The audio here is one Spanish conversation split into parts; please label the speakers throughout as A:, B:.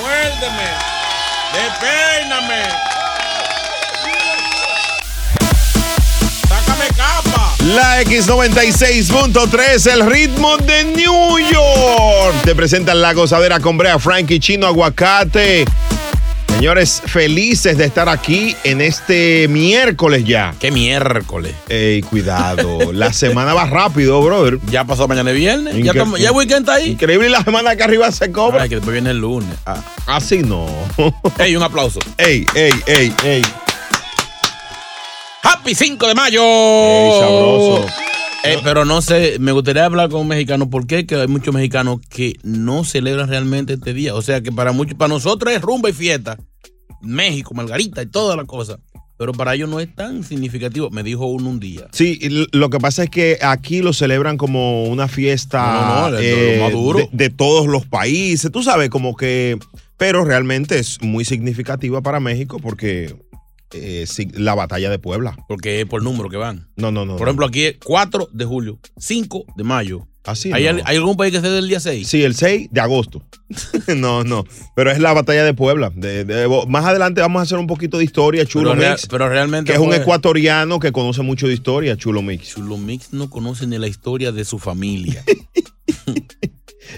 A: Muérdeme. Depéname. Sácame capa.
B: La X96.3, el ritmo de New York. Te presentan la gozadera con Brea Frankie Chino Aguacate. Señores, felices de estar aquí en este miércoles ya.
A: ¿Qué miércoles?
B: Ey, cuidado. la semana va rápido, brother.
A: Ya pasó mañana es viernes. Ya,
B: Incre-
A: estamos- ya el weekend está ahí.
B: Increíble la semana que arriba se cobra.
A: Ay, que después viene el lunes. Ah.
B: Así no.
A: Ey, un aplauso.
B: ey, ey, ey, ey.
A: Happy 5 de mayo.
B: Ey, sabroso.
A: Eh, pero no sé, me gustaría hablar con un mexicano porque que hay muchos mexicanos que no celebran realmente este día. O sea que para muchos, para nosotros es rumba y fiesta. México, Margarita y todas las cosas. Pero para ellos no es tan significativo. Me dijo uno un día.
B: Sí, y l- lo que pasa es que aquí lo celebran como una fiesta eh,
A: No, no, de- de lo más duro.
B: de, de todos los países, tú sabes, como que, pero realmente es muy significativa para México porque eh, sí, la batalla de Puebla.
A: Porque es por número que van.
B: No, no, no.
A: Por ejemplo, aquí es 4 de julio, 5 de mayo.
B: así.
A: ¿Hay,
B: no.
A: al- hay algún país que sea del día 6?
B: Sí, el 6 de agosto. no, no, pero es la batalla de Puebla. De- de- más adelante vamos a hacer un poquito de historia, Chulo
A: pero, rea-
B: Mix,
A: pero realmente.
B: que es un
A: fue-
B: ecuatoriano que conoce mucho de historia, Chulo Mix.
A: Chulo Mix no conoce ni la historia de su familia.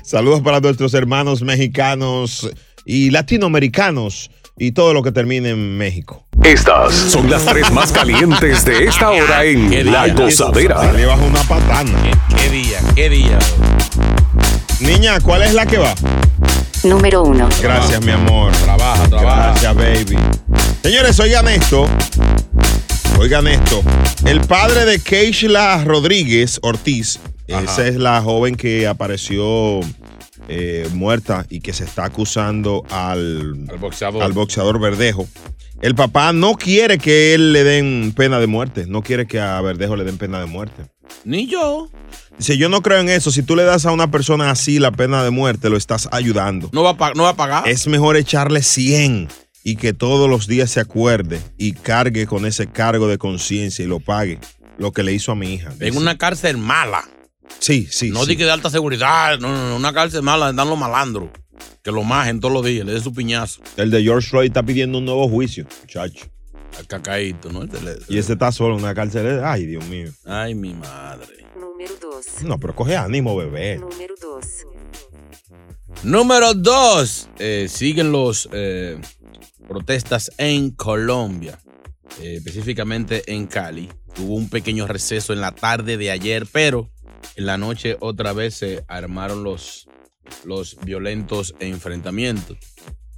B: Saludos para nuestros hermanos mexicanos y latinoamericanos y todo lo que termine en México.
C: Estas son las tres más calientes de esta hora
A: Qué
C: en La
B: ¿eh?
A: día.
C: Gozadera.
B: Le bajo una patana.
A: ¿Qué, qué día? ¿Qué día?
B: Niña, ¿cuál es la que va?
D: número uno.
B: Gracias, mi amor.
A: Trabaja, trabaja.
B: Gracias, baby. Señores, oigan esto. Oigan esto. El padre de Keishla Rodríguez Ortiz, esa es la joven que apareció eh, muerta y que se está acusando al
A: Al boxeador.
B: al boxeador Verdejo. El papá no quiere que él le den pena de muerte, no quiere que a Verdejo le den pena de muerte.
A: Ni yo.
B: Dice, yo no creo en eso, si tú le das a una persona así la pena de muerte, lo estás ayudando.
A: No va a, pa- no va a pagar.
B: Es mejor echarle 100 y que todos los días se acuerde y cargue con ese cargo de conciencia y lo pague, lo que le hizo a mi hija.
A: en
B: dice.
A: una cárcel mala.
B: Sí, sí.
A: No
B: sí.
A: di que de alta seguridad. No, no, no. Una cárcel mala. Están los malandros. Que lo majen todos los días. Le den su piñazo.
B: El de George Floyd está pidiendo un nuevo juicio, muchacho.
A: Al cacaíto, ¿no? Este le-
B: Y ese está solo en una cárcel. Ay, Dios mío.
A: Ay, mi madre.
D: Número dos.
B: No, pero coge ánimo, bebé.
D: Número dos.
A: Número dos, eh, siguen los eh, protestas en Colombia, eh, específicamente en Cali. Hubo un pequeño receso en la tarde de ayer, pero en la noche otra vez se armaron los, los violentos enfrentamientos.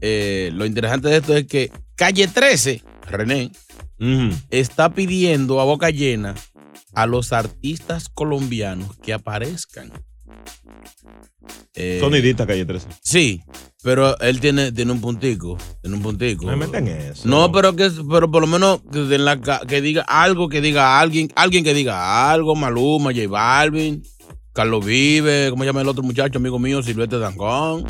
A: Eh, lo interesante de esto es que Calle 13, René,
B: Mm.
A: está pidiendo a boca llena a los artistas colombianos que aparezcan. Eh,
B: Sonidita calle 13.
A: Sí, pero él tiene, tiene un puntico. Tiene un puntico.
B: No me metan eso.
A: No, pero que pero por lo menos que, de la ca- que diga algo, que diga alguien, alguien que diga algo, Maluma, J Balvin, Carlos Vive, ¿cómo se llama el otro muchacho, amigo mío, Silvete Dancón?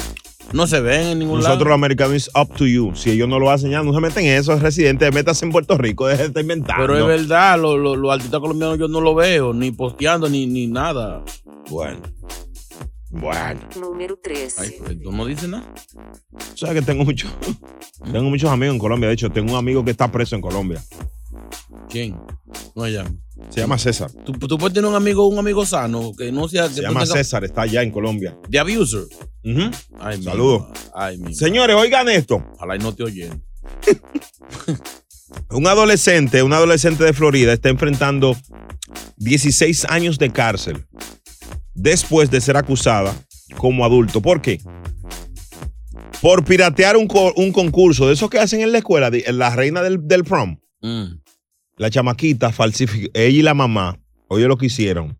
A: No se ven en ningún
B: Nosotros los
A: lado.
B: americanos es up to you. Si ellos no lo hacen ya, no se meten en eso, es residente, métase en Puerto Rico, dejen de estar inventando.
A: Pero es verdad, lo- lo- los artistas colombianos yo no lo veo, ni posteando, ni, ni nada.
B: Bueno. Bueno.
D: Número tres.
A: Ay, pues, tú no dices nada.
B: O sea que tengo muchos, tengo muchos amigos en Colombia. De hecho, tengo un amigo que está preso en Colombia.
A: ¿Quién? No ya.
B: Se llama César.
A: Tú, tú puedes tener un amigo, un amigo sano, que no sea.
B: Se
A: que no
B: llama
A: tenga-
B: César, está allá en Colombia.
A: De abuser.
B: Ujú.
A: Ay, mi
B: Saludos.
A: madre. Ay, mi
B: Señores, oigan esto.
A: madre. Ojalá y no te oyen.
B: Un adolescente, un adolescente de Florida está enfrentando 16 años de cárcel después de ser acusada como adulto. ¿Por qué? Por piratear un, co- un concurso de esos que hacen en la escuela, de- la reina del, del prom.
A: Mm.
B: La chamaquita falsificó, ella y la mamá, oye lo que hicieron,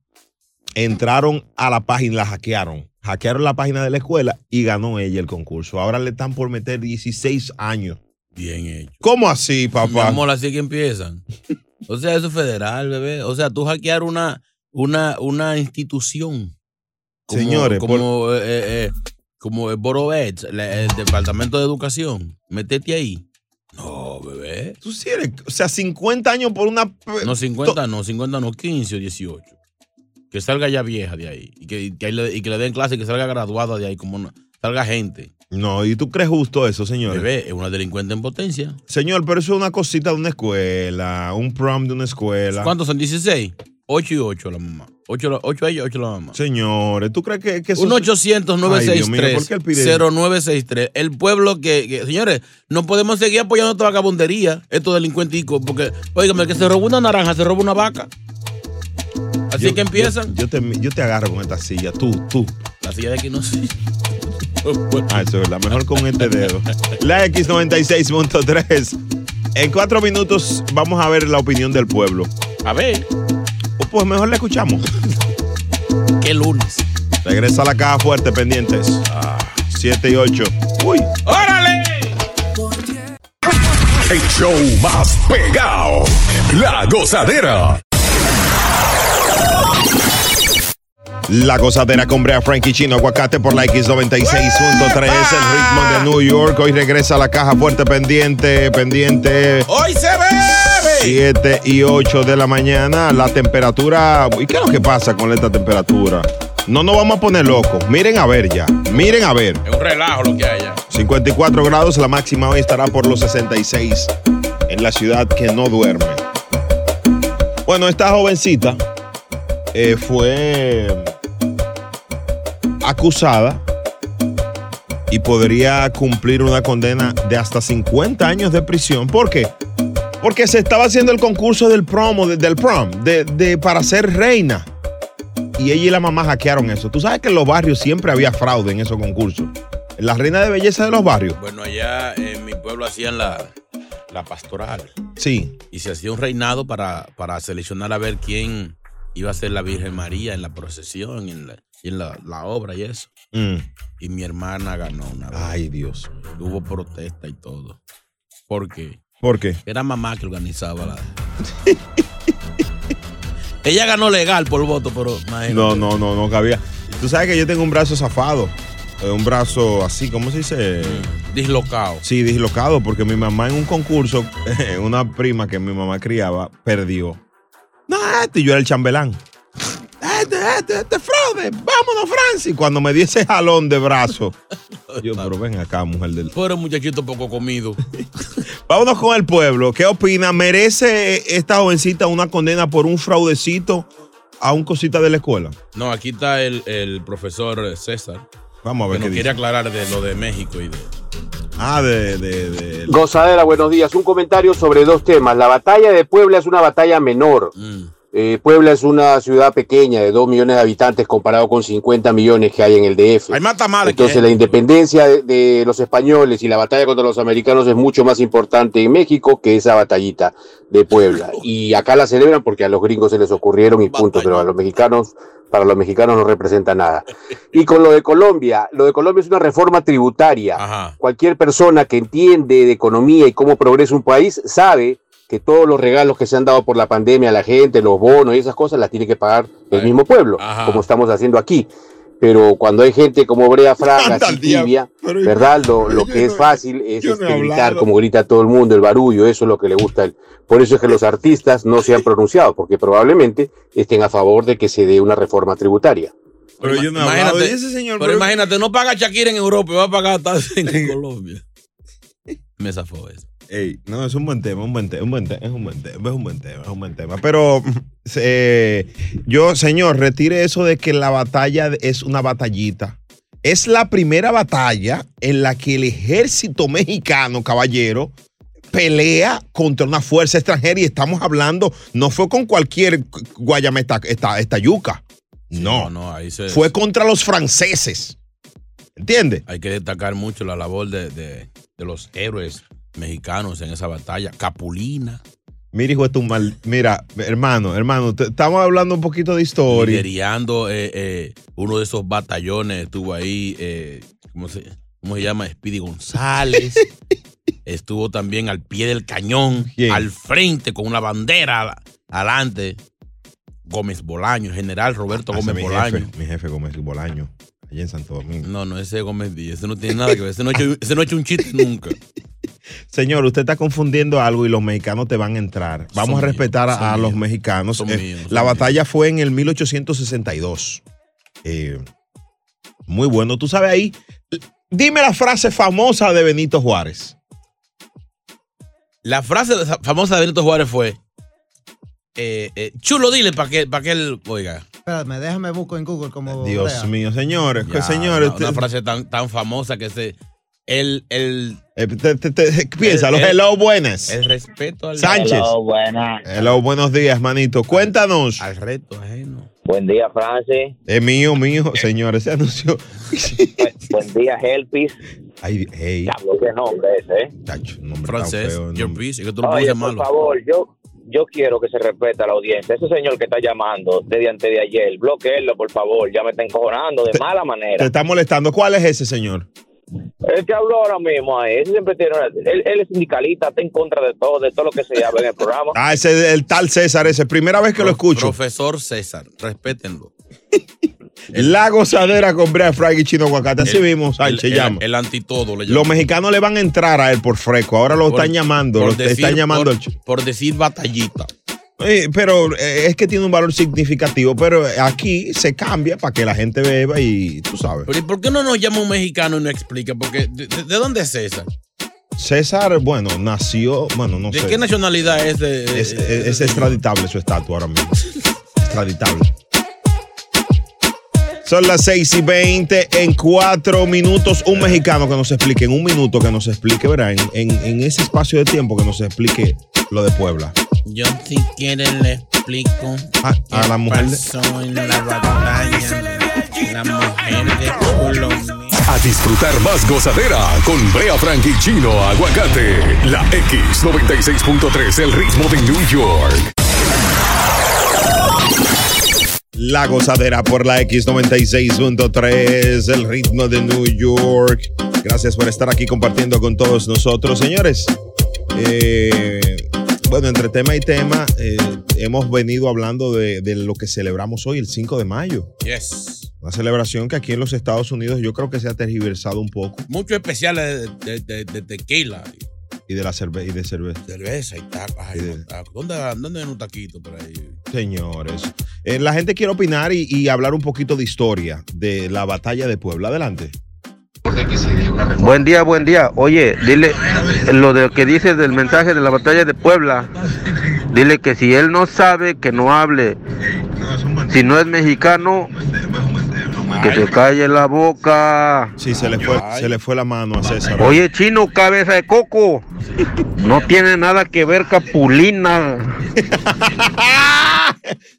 B: entraron a la página, la hackearon. Hackearon la página de la escuela y ganó ella el concurso. Ahora le están por meter 16 años
A: Bien hecho.
B: ¿Cómo así,
A: Mi
B: papá?
A: amor, así que empiezan. O sea, eso es federal, bebé. O sea, tú hackear una, una, una institución. Como-
B: Señores, por-
A: Como, eh, eh, eh, como el Borobet, la- el Departamento de Educación. Métete ahí. No, bebé.
B: Tú sí eres, o sea, 50 años por una... pe-
A: No, 50 no, 50 no, 15 o 18. Que salga ya vieja de ahí. Y que, y que ahí le, y que le den clase, que salga graduada de ahí, como una- salga gente.
B: No, ¿y tú crees justo eso, señores?
A: Bebé, es una delincuente en potencia.
B: Señor, pero eso es una cosita de una escuela, un prom de una escuela.
A: ¿Cuántos son? 16. 8 y 8 la mamá. 8, 8 ella, 8 la mamá.
B: Señores, ¿tú crees que, que eso...
A: Un
B: Ay, Dios mío, ¿por qué él pide
A: 800-963-0963. El pueblo que, que- Señores, no podemos seguir apoyando esta vagabundería, estos delincuenticos, porque, óigame, el que se robó una naranja se roba una vaca. Así
B: Yo-
A: que empiezan.
B: Yo, yo te, yo te agarro con esta silla, tú, tú.
A: La silla de aquí no sé. Oh,
B: Ah, eso es verdad, mejor con este dedo. La X96.3. En cuatro minutos vamos a ver la opinión del pueblo.
A: A ver,
B: O, Pues mejor la escuchamos.
A: qué lunes.
B: Regresa a la caja fuerte, pendientes. 7 y 8. Uy.
A: ¡Órale!
C: El show más pegado. La gozadera.
B: La gozadera con Brea Frankie Chino Aguacate por la X96.3, el ritmo de New York. Hoy regresa a la caja fuerte pendiente, pendiente.
A: ¡Hoy se bebe!
B: 7 y 8 de la mañana. La temperatura. ¿Y qué es lo que pasa con esta temperatura? No nos vamos a poner locos. Miren a ver ya. Miren a ver.
A: Es un relajo lo que hay allá.
B: 54 grados, la máxima hoy estará por los 66 en la ciudad que no duerme. Bueno, esta jovencita eh, fue acusada y podría cumplir una condena de hasta 50 años de prisión. ¿Por qué? Porque se estaba haciendo el concurso del promo, del prom, de, de- para ser reina. Y ella y la mamá hackearon eso. Tú sabes que en los barrios siempre había fraude en esos concursos. La reina de belleza de los barrios.
A: Bueno, allá en mi pueblo hacían la, la pastoral.
B: Sí.
A: y se hacía un reinado para, para seleccionar a ver quién iba a ser la Virgen María en la procesión, en la, y en la, la obra y eso.
B: Mm.
A: Y mi hermana ganó una vez.
B: Ay, Dios.
A: Hubo protesta y todo. Porque
B: ¿Por qué?
A: era mamá que organizaba la. Ella ganó legal por voto, pero imagínate.
B: No, no, no, no cabía. Tú sabes que yo tengo un brazo zafado. eh, Un brazo así, ¿cómo se dice?
A: Mm, Dislocado.
B: Sí, dislocado, porque mi mamá en un concurso, una prima que mi mamá criaba, perdió. No, este, y yo era el chambelán. Este, este, este es fraude. Vámonos, Francis. Cuando me di ese jalón de brazo. Yo, pero ven acá, mujer del.
A: Pero un muchachito poco comido.
B: Vámonos con el pueblo. ¿Qué opina? ¿Merece esta jovencita una condena por un fraudecito a un cosita de la escuela?
A: No, aquí está el, el profesor César,
B: Vamos a
A: que
B: ver
A: nos
B: qué
A: quiere
B: dice.
A: aclarar de lo de México y de.
B: Ah, de, de, de-
E: Gozadera, buenos días. Un comentario sobre dos temas. La batalla de Puebla es una batalla menor.
A: Mm.
E: Eh, Puebla es una ciudad pequeña de 2 millones de habitantes comparado con 50 millones que hay en el DF.
A: Hay más tamales que
E: Entonces la
A: gente.
E: independencia de, de los españoles y la batalla contra los americanos es mucho más importante en México que esa batallita de Puebla. Y acá la celebran porque a los gringos se les ocurrieron y punto, pero a los mexicanos, para los mexicanos no representa nada. Y con lo de Colombia, lo de Colombia es una reforma tributaria.
A: Ajá.
E: Cualquier persona que entiende de economía y cómo progresa un país sabe que todos los regalos que se han dado por la pandemia a la gente, los bonos y esas cosas, las tiene que pagar el
A: Ay,
E: mismo pueblo,
A: ajá.
E: como estamos haciendo aquí. Pero cuando hay gente como Brea Fraga,
B: Anda al
E: así tibia,
B: Pero-
E: ¿verdad? Lo, lo
B: yo
E: que es
B: no-
E: fácil es
B: yo no he
E: este, gritar
B: hablado.
E: como grita todo el mundo, el barullo, eso es lo que le gusta a él. Por eso es que los artistas no se han pronunciado, porque probablemente estén a favor de que se dé una reforma tributaria.
B: Pero yo no he
A: Imagínate,
B: hablado. Y ese señor,
A: Pero
B: pero-
A: imagínate, no paga Shakira en Europa, va a pagar hasta en Colombia. Me zafó eso.
B: Ey, no, es un buen tema, un buen tema, un buen tema, es un buen tema, es un buen tema, es un buen tema. Pero eh, yo, señor, retire eso de que la batalla es una batallita. Es la primera batalla en la que el ejército mexicano, caballero, pelea contra una fuerza extranjera y estamos hablando, no fue con cualquier guayame esta, esta- esta yuca.
A: Sí,
B: no,
A: no, ahí se.
B: fue contra los franceses. ¿Entiendes?
A: Hay que destacar mucho la labor de, de- de los héroes mexicanos en esa batalla. Capulina,
B: Mira, hijo de tu mal. Mira, hermano, hermano, te- estamos hablando un poquito de historia.
A: liderando eh, eh, uno de esos batallones, estuvo ahí, eh, ¿cómo se ¿cómo se llama? Speedy González. Estuvo también al pie del cañón,
B: ¿Quién?
A: al frente, con una bandera al- adelante. Gómez Bolaño, general Roberto
B: Hace
A: Gómez
B: Ah, mi
A: Bolaño.
B: Jefe, mi jefe Gómez Bolaño, allá en Santo Domingo.
A: No, no, ese es Gómez Díaz, ese no tiene nada que ver, ese no ha hecho, ese no ha hecho un chiste nunca.
B: Señor, usted está confundiendo algo y los mexicanos te van a entrar. Vamos
A: Son
B: a respetar
A: míos,
B: a,
A: son
B: a los
A: míos,
B: mexicanos.
A: son
B: Eh,
A: míos, son
B: la
A: míos.
B: batalla fue en el 1862. Eh, muy bueno. Tú sabes ahí. eh, Dime la frase famosa de Benito Juárez.
A: La frase de- famosa de Benito Juárez fue: eh, eh, Chulo, dile para que, pa' que él oiga.
F: Espérame, déjame busco en Google como.
B: Dios
F: brea.
B: mío, señores. que
A: Ya,
B: señores
A: una, una
B: te-
A: frase tan, tan famosa que se. El, el,
B: eh, te- te- te- piénsalo.
A: El- el-
B: hello, buenas.
A: el respeto al,
B: Sánchez.
G: Hello, buenas.
B: hello, buenos días, manito. Cuéntanos.
A: al reto ajeno.
G: Buen día, Francis. Eh.
B: Es mío, mío, señores. Se anunció.
G: Bu- pues, Buen día, Helpis.
B: Ay, hey,
G: Diablo, qué nombre ese, ¿eh?
B: chacho, nombre tan
A: Francés,
B: feo,
A: your
B: nombre.
A: piece, es que tú lo
G: Oye, por
A: pones malo.
G: favor, yo, yo quiero que se respete a la audiencia. Ese señor que está llamando desde antes de ayer, bloquearlo, por favor. Ya me está encojonando de mala
B: Te
G: manera.
B: está molestando. ¿Cuál es ese, señor?
G: El que habló ahora mismo ahí, ese siempre tiene una- él, él es sindicalista, está en contra de todo, de todo lo que se habla en el programa.
B: Ah, ese es el tal César, ese. Primera vez que lo escucho.
A: Profesor César, respétenlo.
B: La gozadera con Brea Frank y Chino Aguacate. Así
A: El-
B: vimos. Ay,
A: el,
B: se
A: el-
B: llama.
A: El antitodo le
B: Los
A: llaman.
B: mexicanos le van a entrar a él por fresco. Ahora lo
A: Por-
B: están llamando.
A: por
B: Lo
A: decir-
B: están llamando.
A: por-
B: el ch-
A: por decir batallita.
B: Eh, pero eh, es que tiene un valor significativo. Pero eh, aquí se cambia para que la gente beba y tú sabes.
A: Pero ¿y por qué no nos llama un mexicano y no explica? Porque ¿de, de- de dónde es César?
B: César, bueno, nació. Bueno, no
A: ¿De
B: sé.
A: qué nacionalidad es? de-
B: Es, eh, es- es extraditable su estatua ahora mismo. Extraditable. Son las 6 y 20 en cuatro minutos. Un mexicano que nos explique, en un minuto que nos explique, ¿verdad? En, en- en ese espacio de tiempo que nos explique lo de Puebla.
A: Yo si quieren le explico
B: A, a la mujer. de-
A: en la batalla. La mujer de
C: A disfrutar más gozadera con Brea Frank y Chino Aguacate. La X96.3, el ritmo de New York.
B: La gozadera por la X96.3, el ritmo de New York. Gracias por estar aquí compartiendo con todos nosotros, señores. eh, bueno, entre tema y tema, eh, hemos venido hablando de, de lo que celebramos hoy, el 5 de mayo.
A: Yes.
B: Una celebración que aquí en los Estados Unidos yo creo que se ha tergiversado un poco.
A: Muchos especiales de, de- de- de tequila, y
B: Y de la cerve y de cerveza.
A: cerveza y tacos. Ay,
B: Sí.
A: los tacos. ¿Dónde, ¿Dónde hay un taquito por ahí?
B: Señores, eh, la gente quiere opinar y, y hablar un poquito de historia de la batalla de Puebla. Adelante.
H: Buen día, buen día. Oye, dile lo de que dices del mensaje de la batalla de Puebla. Dile que si él no sabe, que no hable. Si no es mexicano, que se calle la boca.
B: Sí, se le fue, se le fue la mano a César.
H: Oye, chino, cabeza de coco. No tiene nada que ver Capulina.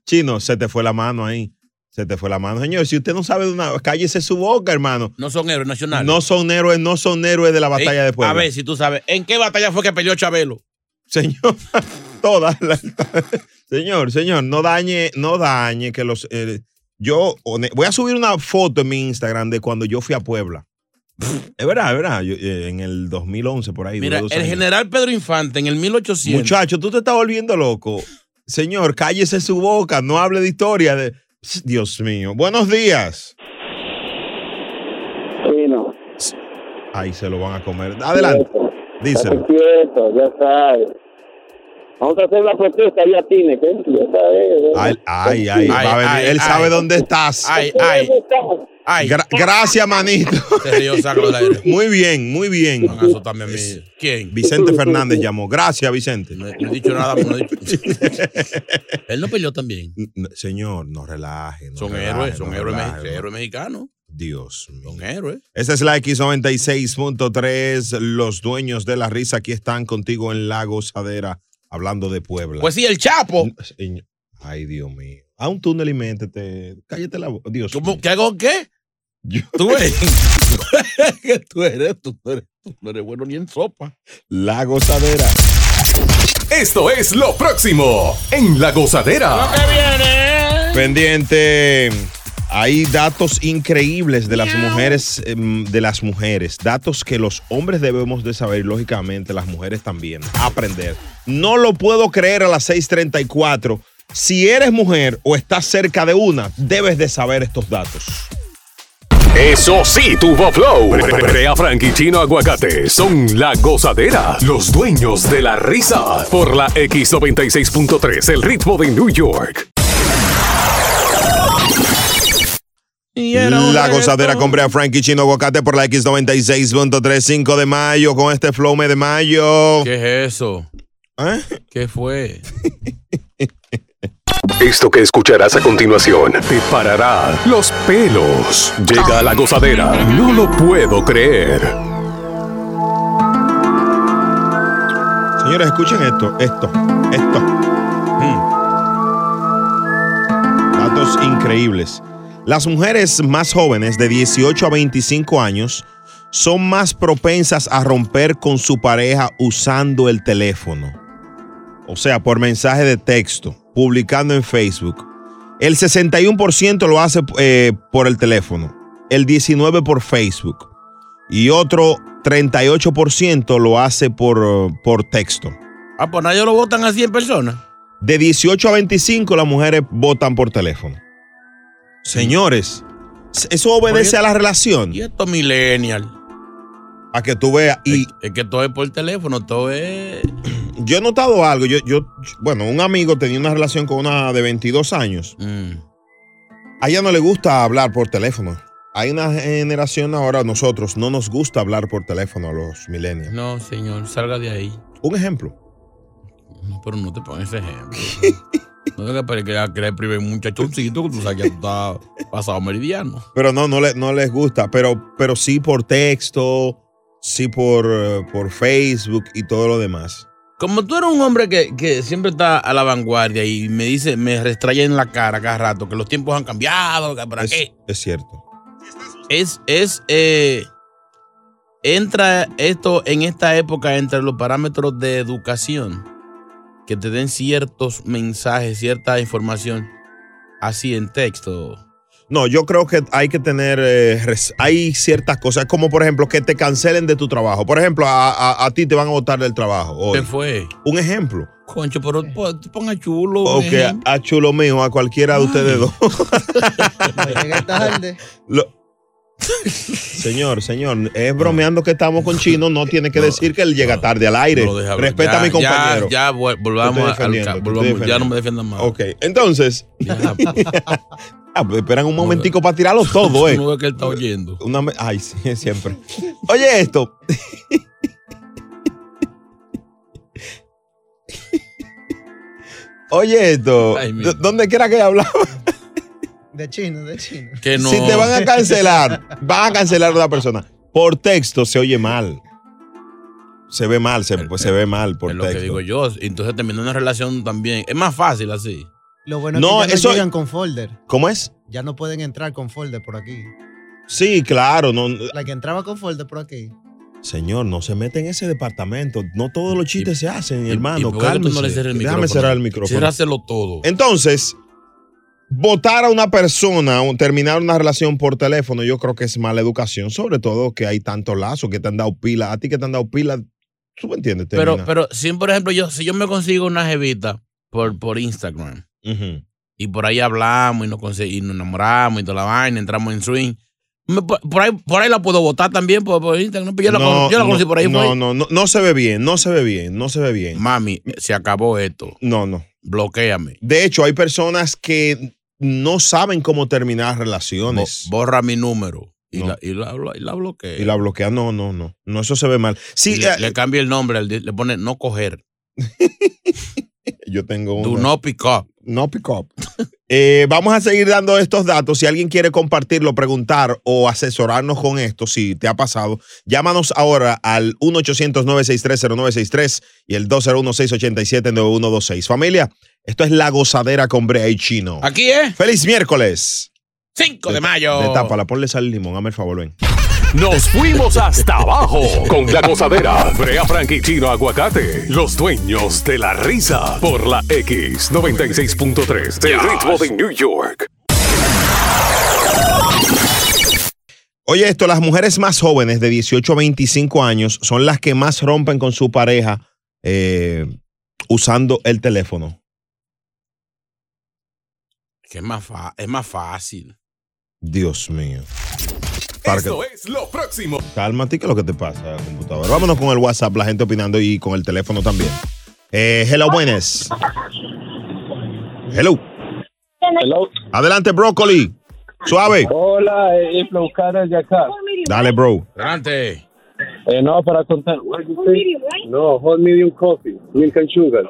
B: Chino, se te fue la mano ahí. Se te fue la mano, señor. Si usted no sabe de una, cállese su boca, hermano.
A: No son héroes nacionales.
B: No son héroes, no son héroes de la batalla
A: Ey,
B: de Puebla.
A: A ver si tú sabes. ¿En qué batalla fue que peleó Chabelo?
B: Señor, todas las. señor, señor, no dañe, no dañe que los. eh, yo one- voy a subir una foto en mi Instagram de cuando yo fui a Puebla. es verdad, es verdad. yo, eh, en el 2011, por ahí.
A: Mira,
B: duré dos
A: el
B: años.
A: general Pedro Infante en el 1800.
B: Muchacho, tú te estás volviendo loco. Señor, cállese su boca, no hable de historia. De... Pss, Dios mío. Buenos días.
I: Chino.
B: Ahí se lo van a comer. Adelante,
I: Quieto. Estate
B: díselo.
I: quieto, ya sabes. Vamos a hacer la protesta ya tiene, ¿qué? Ya sabes. ¿eh?
B: Ay, ay, ay. va a
A: Ay,
B: venir.
A: ay,
B: Él
A: ay.
B: sabe dónde estás.
A: Ay, ay,
I: ¿Dónde estás?
A: ay.
B: Gra- gracias, manito.
A: Se rió, sácalo del aire.
B: Muy bien, muy bien.
A: Van a azotarme a mí. ¿Quién?
B: Vicente Fernández llamó. Gracias, Vicente.
A: No, no he dicho nada, pero no he dicho. Él no peleó también.
B: N- n- Señor, no relaje. no
A: Son
B: relaje,
A: héroes,
B: no
A: son héroes,
B: relaje,
A: mexi-
B: no.
A: héroes mexicanos.
B: Dios mío.
A: Son héroes.
B: Esta es la X96.3. Los dueños de la risa aquí están contigo en la gozadera, hablando de Puebla.
A: Pues sí, el Chapo.
B: Señor- Ay, Dios mío. A un túnel y métete. Cállate la boca. Dios
A: ¿Cómo,
B: mío.
A: ¿Qué hago qué?
B: Yo-
A: Tú eres. que tú eres, tú eres, tú no eres bueno ni en sopa.
B: La gozadera.
C: Esto es lo próximo en La Gozadera.
B: Pendiente. Hay datos increíbles de las mujeres, em, de las mujeres, datos que los hombres debemos de saber, lógicamente, las mujeres también, aprender. No lo puedo creer a las 6:34. Si eres mujer o estás cerca de una, debes de saber estos datos.
C: Eso sí, tuvo flow. Brea Frank y Chino Aguacate son la gozadera, los dueños de la risa. Por la X96.3, el ritmo de New York.
B: La gozadera con Brea Frankie Chino Aguacate por la X96.35 de mayo con este flow me de mayo.
A: ¿Qué es eso? ¿Eh? ¿Qué fue?
C: Esto que escucharás a continuación te parará los pelos. Llega la gozadera. No lo puedo creer.
B: Señores, escuchen esto, esto, esto. Mm. Datos increíbles. Las mujeres más jóvenes de 18 a 25 años son más propensas a romper con su pareja usando el teléfono. O sea, por mensaje de texto, publicando en Facebook. El 61% lo hace eh, por el teléfono, el 19% por Facebook y otro 38% lo hace por, por texto.
A: Ah, pues nadie lo votan a 100 personas.
B: De 18 a 25 las mujeres votan por teléfono. Señores, eso obedece a la relación.
A: Y esto es millennial.
B: A que tú veas. Y
A: Es que todo es por teléfono, todo es.
B: Eh, yo he notado algo. Yo, yo, bueno, un amigo tenía una relación con una de 22 años. A ella no le gusta hablar por teléfono. Hay una generación ahora, nosotros, no nos gusta hablar por teléfono a los millennials.
A: No, señor, salga de ahí.
B: Un ejemplo.
A: No, pero no te pongas ese ejemplo. no tengas que que, que le prive un muchachoncito que tú sabes que tú estás pasado meridiano.
B: Pero no, no, le- no les gusta. Pero, pero sí por texto, sí por, eh, por Facebook y todo lo demás.
A: Como tú eres un hombre que, que siempre está a la vanguardia y me dice, me restrae en la cara cada rato que los tiempos han cambiado, que para
B: Es,
A: qué.
B: es cierto.
A: Es, es, eh, entra esto en esta época entre los parámetros de educación, que te den ciertos mensajes, cierta información, así en texto.
B: No, yo creo que hay que tener, eh, res- hay ciertas cosas, como por ejemplo que te cancelen de tu trabajo. Por ejemplo, a, a- a ti te van a botar del trabajo. hoy.
A: ¿Qué fue?
B: Un ejemplo.
A: Concho, pero po- ponga chulo.
B: O
A: un
B: que a,
A: ejemplo.
B: a chulo mío, a cualquiera de ustedes dos.
F: Llegué tarde.
B: Lo- señor, señor, es bromeando que estamos con chino, no tiene que decir que él llega tarde al aire.
A: No lo deja ver.
B: Respeta
A: Ya,
B: a mi compañero.
A: Ya, ya vol-
B: Te estoy
A: volvamos, al,
B: defendiendo, te
A: ca-
B: estoy
A: volvamos. Ya
B: defendiendo.
A: no me defiendan más.
B: Ok, entonces,
A: Ya,
B: ah, pues, esperan un momentico para tirarlo todo, eh.
A: no ves que él está oyendo.
B: Una me- Ay, sí, siempre. Oye, esto. Oye, esto.
A: Ay, mi-
B: D- Donde quiera que hablamos.
F: De chino, de chino.
A: Que no.
B: Si te van a cancelar, van a cancelar a una persona. Por texto se oye mal. Se ve mal, se, pues, se ve mal por
A: es lo que
B: texto.
A: digo yo. Entonces termina una relación también. Es más fácil así.
F: Lo bueno es
B: No,
F: que ya
B: eso-
F: no llegan con folder.
B: ¿Cómo es?
F: Ya no pueden entrar con folder por aquí.
B: Sí, claro. No,
F: La que entraba con folder por aquí.
B: señor, no se mete en ese departamento. No todos los chistes se hacen,
A: Y-
B: hermano.
A: y por qué tú no le
B: Ah, cálmese.
A: cierras el
B: Déjame
A: micrófono?
B: cerrar el micrófono.
A: Ciérraselo todo.
B: Entonces, votar a una persona o terminar una relación por teléfono, yo creo que es mala educación, sobre todo que hay tantos lazos que te han dado pila, a ti que te han dado pila, tú me entiendes,
A: pero,
B: Termina.
A: pero si, por ejemplo, yo, si yo me consigo una jevita por, por Instagram
B: Ujú.
A: y por ahí hablamos y nos, conse- y nos enamoramos y toda la vaina, entramos en swing. me- por, por ahí, por ahí la puedo votar también por, por Instagram. pero Yo la, con- yo la conocí
B: no,
A: por ahí.
B: No,
A: fue.
B: no, no, no se ve bien, no se ve bien, no se ve bien.
A: Mami, se acabó esto.
B: No, no.
A: Bloquéame.
B: De hecho, hay personas que no saben cómo terminar
A: Bo-
B: relaciones.
A: borra mi número. Y,
B: No.
A: la, y, la, y la bloquea.
B: y la bloquean. No, no, no. No, eso se ve mal. Sí,
A: Y le,
B: eh,
A: le cambia el nombre, al di- le pone no coger.
B: yo tengo un.
A: Do not pick up.
B: No pick up. Eh, vamos a seguir dando estos datos. Si alguien quiere compartirlo, preguntar o asesorarnos con esto, si te ha pasado, llámanos ahora al 1-800-963-0963 y el 201-687-9126. Familia, esto es La Gozadera con Brea y Chino.
A: Aquí Oh. es
B: ¡Feliz miércoles!
A: 5 de mayo.
B: De tápala, ponle sal y limón, hazme el favor, ven.
C: Nos fuimos hasta abajo con la gozadera. Brea Frank y Chino Aguacate, los dueños de la risa. Por la X96.3, el ritmo de New York.
B: Oye, esto, las mujeres más jóvenes de 18 a 25 años son las que más rompen con su pareja eh, usando el teléfono.
A: Que es más, fa- es más fácil.
B: Dios mío. Para que-
C: Esto es lo próximo.
B: Cálmate, ¿qué es lo que te pasa, computadora? Vámonos con el WhatsApp, la gente opinando y con el teléfono también. Eh, hello, buenas. Hello.
J: Hello.
B: Adelante, Brócoli. Suave.
J: Hola, eh, es Flaucaras de acá.
B: Dale, bro.
A: Adelante.
J: Eh, no, para contar. What you say? No, hot medium coffee, milk and sugar.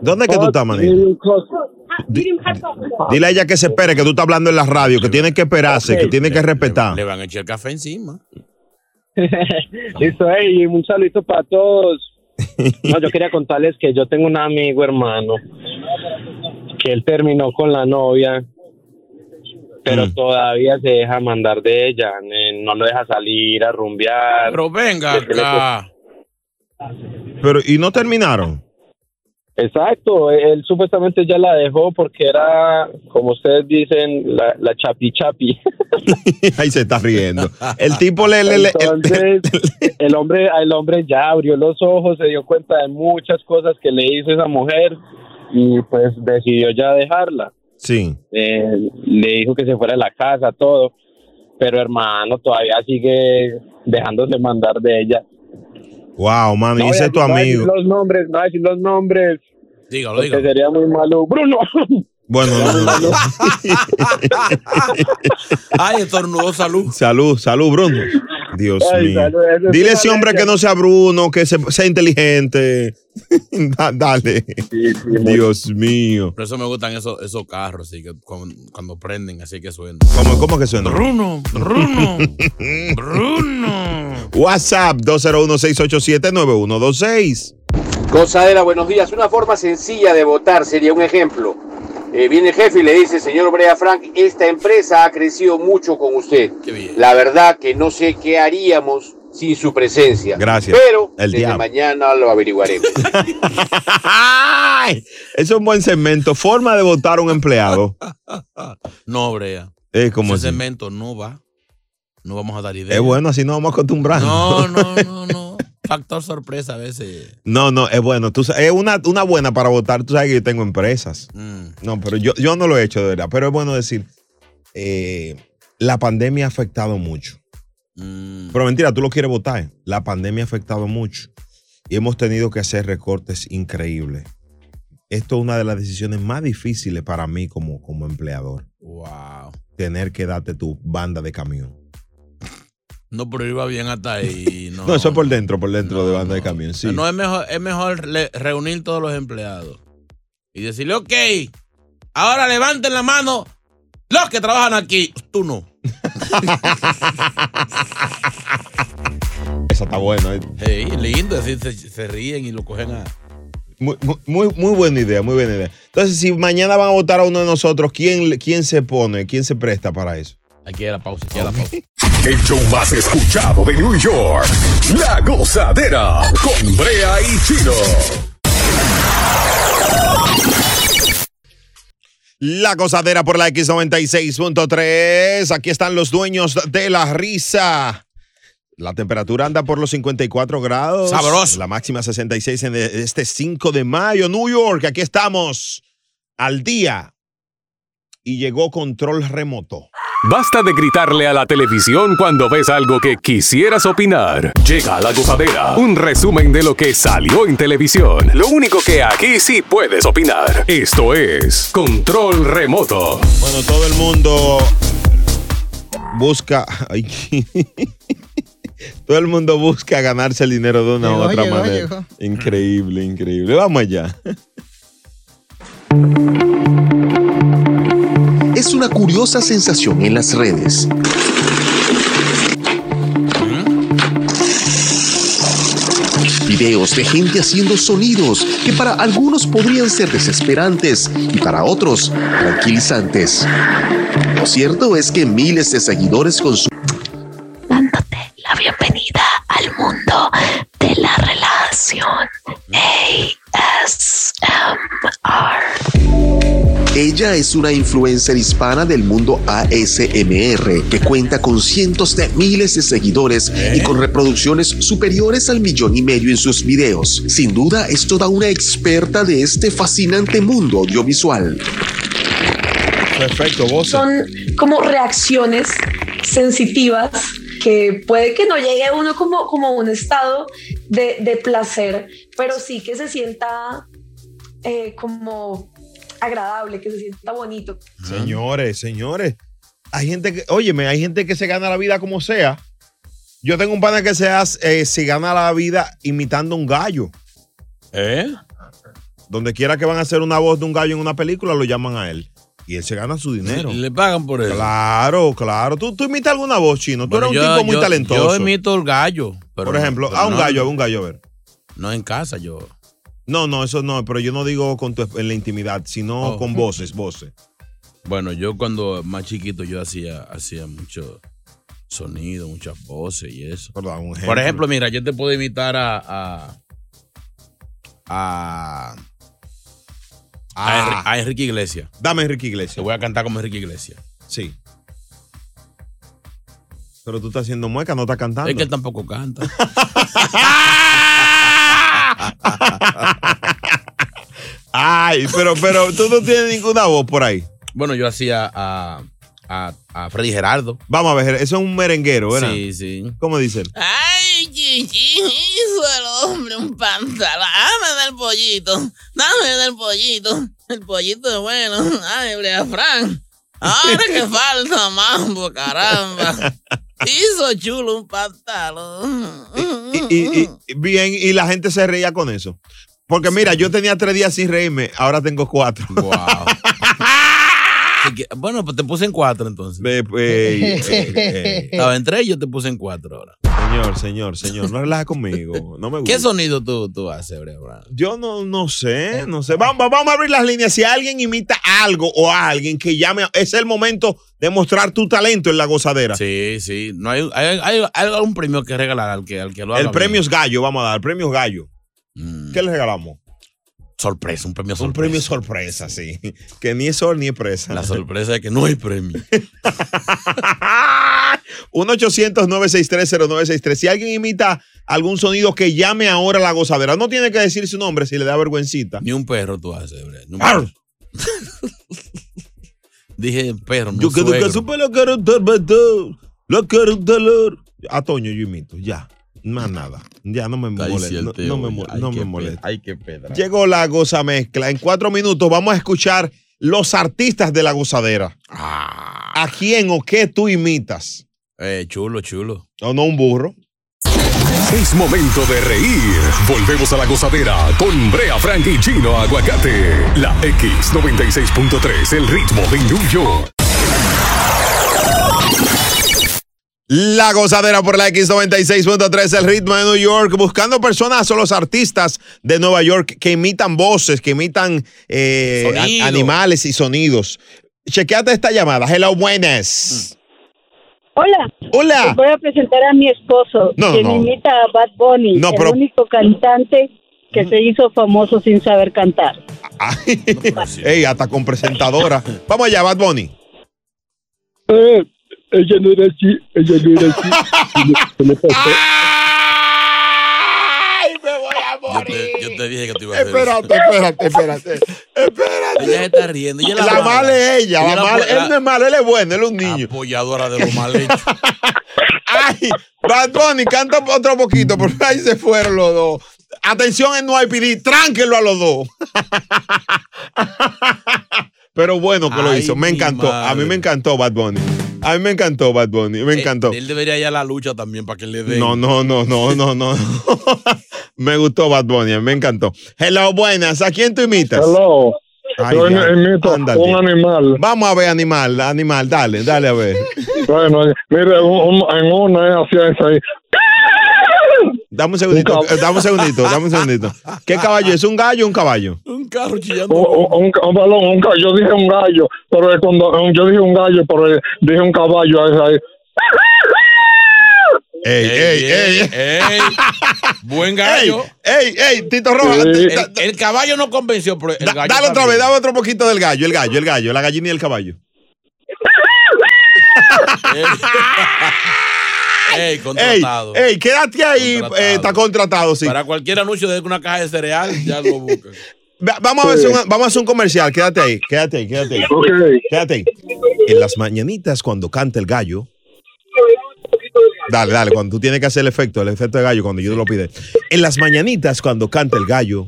B: ¿Dónde es que tú estás, manito?
J: Medium coffee.
B: Dile a ella que se espere, que tú estás hablando en la radio, que tiene que esperarse, que tiene que respetar.
A: Ah. Le van a echar café encima.
J: Listo, hey, un saludito para todos. No, yo quería contarles que yo tengo un amigo, hermano, que él terminó con la novia, pero
B: Mm.
J: todavía se deja mandar de ella, eh, no lo deja salir a rumbear.
A: Pero venga acá.
B: Pero, ¿y no terminaron?
J: Exacto, él supuestamente ya la dejó porque era, como ustedes dicen, la, la chapi chapi.
B: Ahí se está riendo. El tipo le... le- le- el-
J: Entonces, el hombre, el hombre ya abrió los ojos, se dio cuenta de muchas cosas que le hizo esa mujer y pues decidió ya dejarla.
B: sí.
J: Eh, le dijo que se fuera de la casa, todo, pero hermano todavía sigue dejándose mandar de ella.
B: Wow, mano, y
J: voy
B: ese
J: a-
B: es tu
J: voy a decir
B: amigo.
J: los nombres, no voy a decir los nombres,
A: Dígalo,
J: porque
A: dígalo.
J: sería muy malo. Bruno.
B: Bueno, no, no, no.
A: Ay, estornudó salud.
B: salud, salud, Bruno. Dios
J: Ay,
B: mío.
J: salud, eso es
B: Dile a
J: una
B: ese hombre
J: leche.
B: que no sea Bruno, que se- sea inteligente. Da- Dale.
J: Sí, sí, muy
B: Dios mío.
A: Por eso me gustan esos, esos carros, así que cuando, cuando prenden, así que suena.
B: ¿Cómo, cómo que suena?
A: Bruno, Bruno, Bruno.
B: WhatsApp 201-687-9126.
E: Gozadera, buenos días. Una forma sencilla de votar sería un ejemplo. Eh, viene el jefe y le dice, señor Brea Frank, esta empresa ha crecido mucho con usted.
A: Qué bien.
E: La verdad que no sé qué haríamos sin su presencia.
B: Gracias.
E: Pero
B: El
E: desde
B: diablo.
E: mañana lo averiguaremos.
B: Ay, Eso es un buen segmento. Forma de votar a un empleado.
A: No, Brea.
B: Es como
A: Ese
B: así.
A: cemento no va. No vamos a dar ideas.
B: Es bueno, así nos vamos acostumbrando.
A: No, no, no, no. Factor sorpresa a veces.
B: No, no, es bueno. Tú, sa- es una, una buena para votar. Tú sabes que yo tengo empresas.
A: Mm.
B: No, pero yo, yo no lo he hecho de verdad. Pero es bueno decir, eh, la pandemia ha afectado mucho.
A: Mm.
B: Pero mentira, tú lo quieres votar. ¿eh? La pandemia ha afectado mucho. Y hemos tenido que hacer recortes increíbles. Esto es una de las decisiones más difíciles para mí como, como empleador.
A: Wow.
B: Tener que darte tu banda de camión.
A: No, pero iba bien hasta ahí. No,
B: No, eso es por dentro, por dentro de banda de camión. Sí.
A: No, es mejor, es mejor le- reunir todos los empleados y decirle, ok, ahora levanten la mano los que trabajan aquí. Tú no.
B: Esa está buena. ¿eh?
A: Hey, lindo, así se, se ríen y lo cogen a...
B: Muy, muy- muy, muy buena idea, muy buena idea. Entonces, si mañana van a votar a uno de nosotros, ¿quién, quién se pone? ¿Quién se presta para eso?
A: Aquí a la pausa, aquí a la pausa.
C: El show más escuchado de New York. La gozadera con Brea y Chino.
B: La cosadera por la X96.3. Aquí están los dueños de la risa. La temperatura anda por los 54 grados.
A: Sabroso.
B: La máxima 66 en este 5 de mayo. New York, aquí estamos al día. Y llegó control remoto.
C: Basta de gritarle a la televisión cuando ves algo que quisieras opinar. Llega la gozadera, un resumen de lo que salió en televisión. Lo único que aquí sí puedes opinar. Esto es Control Remoto.
B: Bueno, todo el mundo busca. Ay, todo el mundo busca ganarse el dinero de una u
F: Llegó,
B: otra
F: llegó,
B: manera.
F: llegó.
B: Increíble, increíble. Vamos allá.
K: Es una curiosa sensación en las redes. Videos de gente haciendo sonidos que para algunos podrían ser desesperantes y para otros tranquilizantes. Lo cierto es que miles de seguidores con
L: dándote la bienvenida al mundo de la relación ASMR.
M: Ella es una influencer hispana del mundo ASMR que cuenta con cientos de miles de seguidores y con reproducciones superiores al millón y medio en sus videos. Sin duda es toda una experta de este fascinante mundo audiovisual.
B: Perfecto, vos.
K: son como reacciones sensitivas que puede que no llegue a uno como, como un estado de, de placer, pero sí que se sienta eh, como agradable, que se sienta bonito.
A: Ah.
B: Señores, señores. Hay gente que, óyeme, hay gente que se gana la vida como sea. Yo tengo un pana que se, hace, eh, se gana la vida imitando un gallo. ¿Eh? Donde quiera que van a hacer una voz de un gallo en una película, lo llaman a él. Y él se gana su dinero.
A: Le pagan por eso.
B: Claro, claro. ¿Tú, tú imitas alguna voz, Chino? Tú
A: Bueno,
B: eres un
A: yo-
B: tipo muy
A: yo- Yo
B: talentoso.
A: imito el gallo. pero-
B: Por ejemplo,
A: pero
B: a un
A: no-
B: gallo, a un gallo, a ver.
A: No en casa, yo.
B: No, no, eso no, pero yo no digo con tu, en la intimidad, sino
A: Oh.
B: con voces, voces.
A: Bueno, yo cuando más chiquito yo hacía, hacía mucho sonido, muchas voces y eso. Por ejemplo, mira, yo te puedo imitar a. a. a. a Enri- a Enrique Iglesias.
B: Ah. Dame Enrique Iglesias.
A: Te voy a cantar como Enrique Iglesias.
B: Sí. Pero tú estás haciendo mueca, no estás cantando.
A: Es que él tampoco canta.
B: Ay, pero, pero tú no tienes ninguna voz por ahí.
A: Bueno, yo hacía a. a, a Freddy Gerardo.
B: Vamos a ver, eso es un merenguero, ¿verdad?
A: Sí, sí.
B: ¿Cómo dice él?
N: Ay, chichi, hizo el hombre un pantalón. Dame del pollito, dame del pollito. El pollito es bueno. Ay, Brea Frank. Ahora que falta mambo, caramba. Hizo chulo un pantalón.
B: Y, y- y- bien, y la gente se reía con eso. Porque mira, yo tenía tres días sin reírme, ahora tengo cuatro.
A: Así que, bueno, pues te puse en cuatro entonces.
B: pues,
A: Estaba en tres y yo te puse en cuatro ahora.
B: Señor, señor, señor, no relaja conmigo. No me gusta.
A: ¿Qué sonido tú, tú haces, Brea Eh, Frank?
B: Yo no, no sé, no sé. Vamos, vamos a abrir las líneas. Si alguien imita algo o a alguien que llame, a- es el momento de mostrar tu talento en la gozadera.
A: Sí, sí. No hay, hay, hay, hay algún premio que regalar al que, al que lo haga.
B: El premio
A: bien.
B: es gallo, vamos a dar, el premio es gallo. ¿Qué le regalamos?
A: Mm. Sorpresa, un premio
B: Un
A: sorpresa.
B: premio sorpresa, sí. Que ni es sol ni es presa.
A: La sorpresa es que no hay premio.
B: 1-800-963-0963. Si alguien imita algún sonido que llame ahora a la gozadera, no tiene que decir su nombre si le da vergüencita.
A: Ni un perro tú haces, Brea. Ni un
B: Arr.
A: perro. Dije perro, no
B: Yo creo que
A: suegro.
B: supe la cara del beso, la cara del olor. A Toño yo imito, ya. Más nada. Ya no me
A: Ay,
B: molesta.
A: sí,
B: No,
A: el
B: no
A: teo,
B: me,
A: ya.
B: mol-
A: Ay,
B: no
A: qué
B: me
A: pe-
B: molesta.
A: Ay, qué pedra.
B: Llegó la goza mezcla. En cuatro minutos vamos a escuchar los artistas de la gozadera. ¿A quién o qué tú imitas?
A: Ah, Eh, chulo, chulo.
B: O no un burro.
C: Es momento de reír. Volvemos a la gozadera con Brea Frank y Chino Aguacate. La X96.3, el ritmo de New York.
B: La gozadera por la X96.3, el ritmo de New York, buscando personas o los artistas de Nueva York que imitan voces, que imitan eh, a-
O: Sonido.
B: animales y sonidos. Chequeate esta llamada. Hello, buenas.
P: Hola.
B: Hola.
P: Les voy a presentar a mi esposo,
B: No,
P: que
B: no.
P: me imita a Bad Bunny,
B: No,
P: el
B: pero-
P: único cantante que se hizo famoso sin saber cantar.
B: Ey, hasta con presentadora. Vamos allá, Bad Bunny.
O: Eh, ella no era así, ella no era así. Se le- se le pasó.
B: ¡Ay, me voy a
A: Yo te, yo te dije que te iba a hacer
B: Espérate,
A: eso.
B: espérate, espérate. Espérate.
A: Ella se está riendo. Ella
B: La, mala es ella, la, mala. Él no es malo, él es bueno, él es un niño.
A: Apoyadora de lo mal hecho.
B: Ay, Bad Bunny, canta otro poquito, porque ahí se fueron los dos. Atención en No IPD, tránquenlo a los dos. Pero bueno que lo
A: Ay,
B: hizo, me
A: mi
B: encantó. A mí
A: madre.
B: me encantó Bad Bunny. A mí me encantó Bad Bunny, me encantó.
A: Eh, él debería ir a la lucha también para que le den.
B: No, no, no, no, no, no. me gustó Bad Bunny, me encantó. Hello, buenas. ¿A quién tú imitas?
O: Hello.
B: Ay,
O: Yo
B: ya.
O: imito
B: Ándale.
O: un animal.
B: Vamos a ver, animal, animal, dale, dale a ver.
O: Bueno, mire, un- un- en una ella hacía eso ahí.
B: Dame un segundito, eh, dame un segundito, dame un segundito. ¿Qué caballo? ¿Es un gallo o un caballo?
A: Un carro chillando.
O: Un, un, un balón, un ca- yo dije un gallo, pero cuando yo dije un gallo, pero dije un caballo ahí. ahí.
B: Ey, ey, ey.
A: Buen gallo.
B: Ey, ey, Tito Rojas.
A: El, el caballo no convenció, pero el gallo
B: Dale otra
A: también.
B: vez, dame otro poquito del gallo, el gallo, el gallo, la gallina y el caballo.
A: Ey,
B: Ey,
A: contratado.
B: ey, quédate ahí, eh, está contratado, sí.
A: Para cualquier anuncio de una caja de cereal, ya lo buscas.
B: Va- Vamos a, hacer un, vamos a hacer un comercial, quédate ahí, quédate ahí, quédate ahí.
A: Ok.
B: Quédate ahí. En las mañanitas cuando canta el gallo. Dale, dale, cuando tú tienes que hacer el efecto, el efecto de gallo, cuando yo te lo pide. En las mañanitas cuando canta el gallo.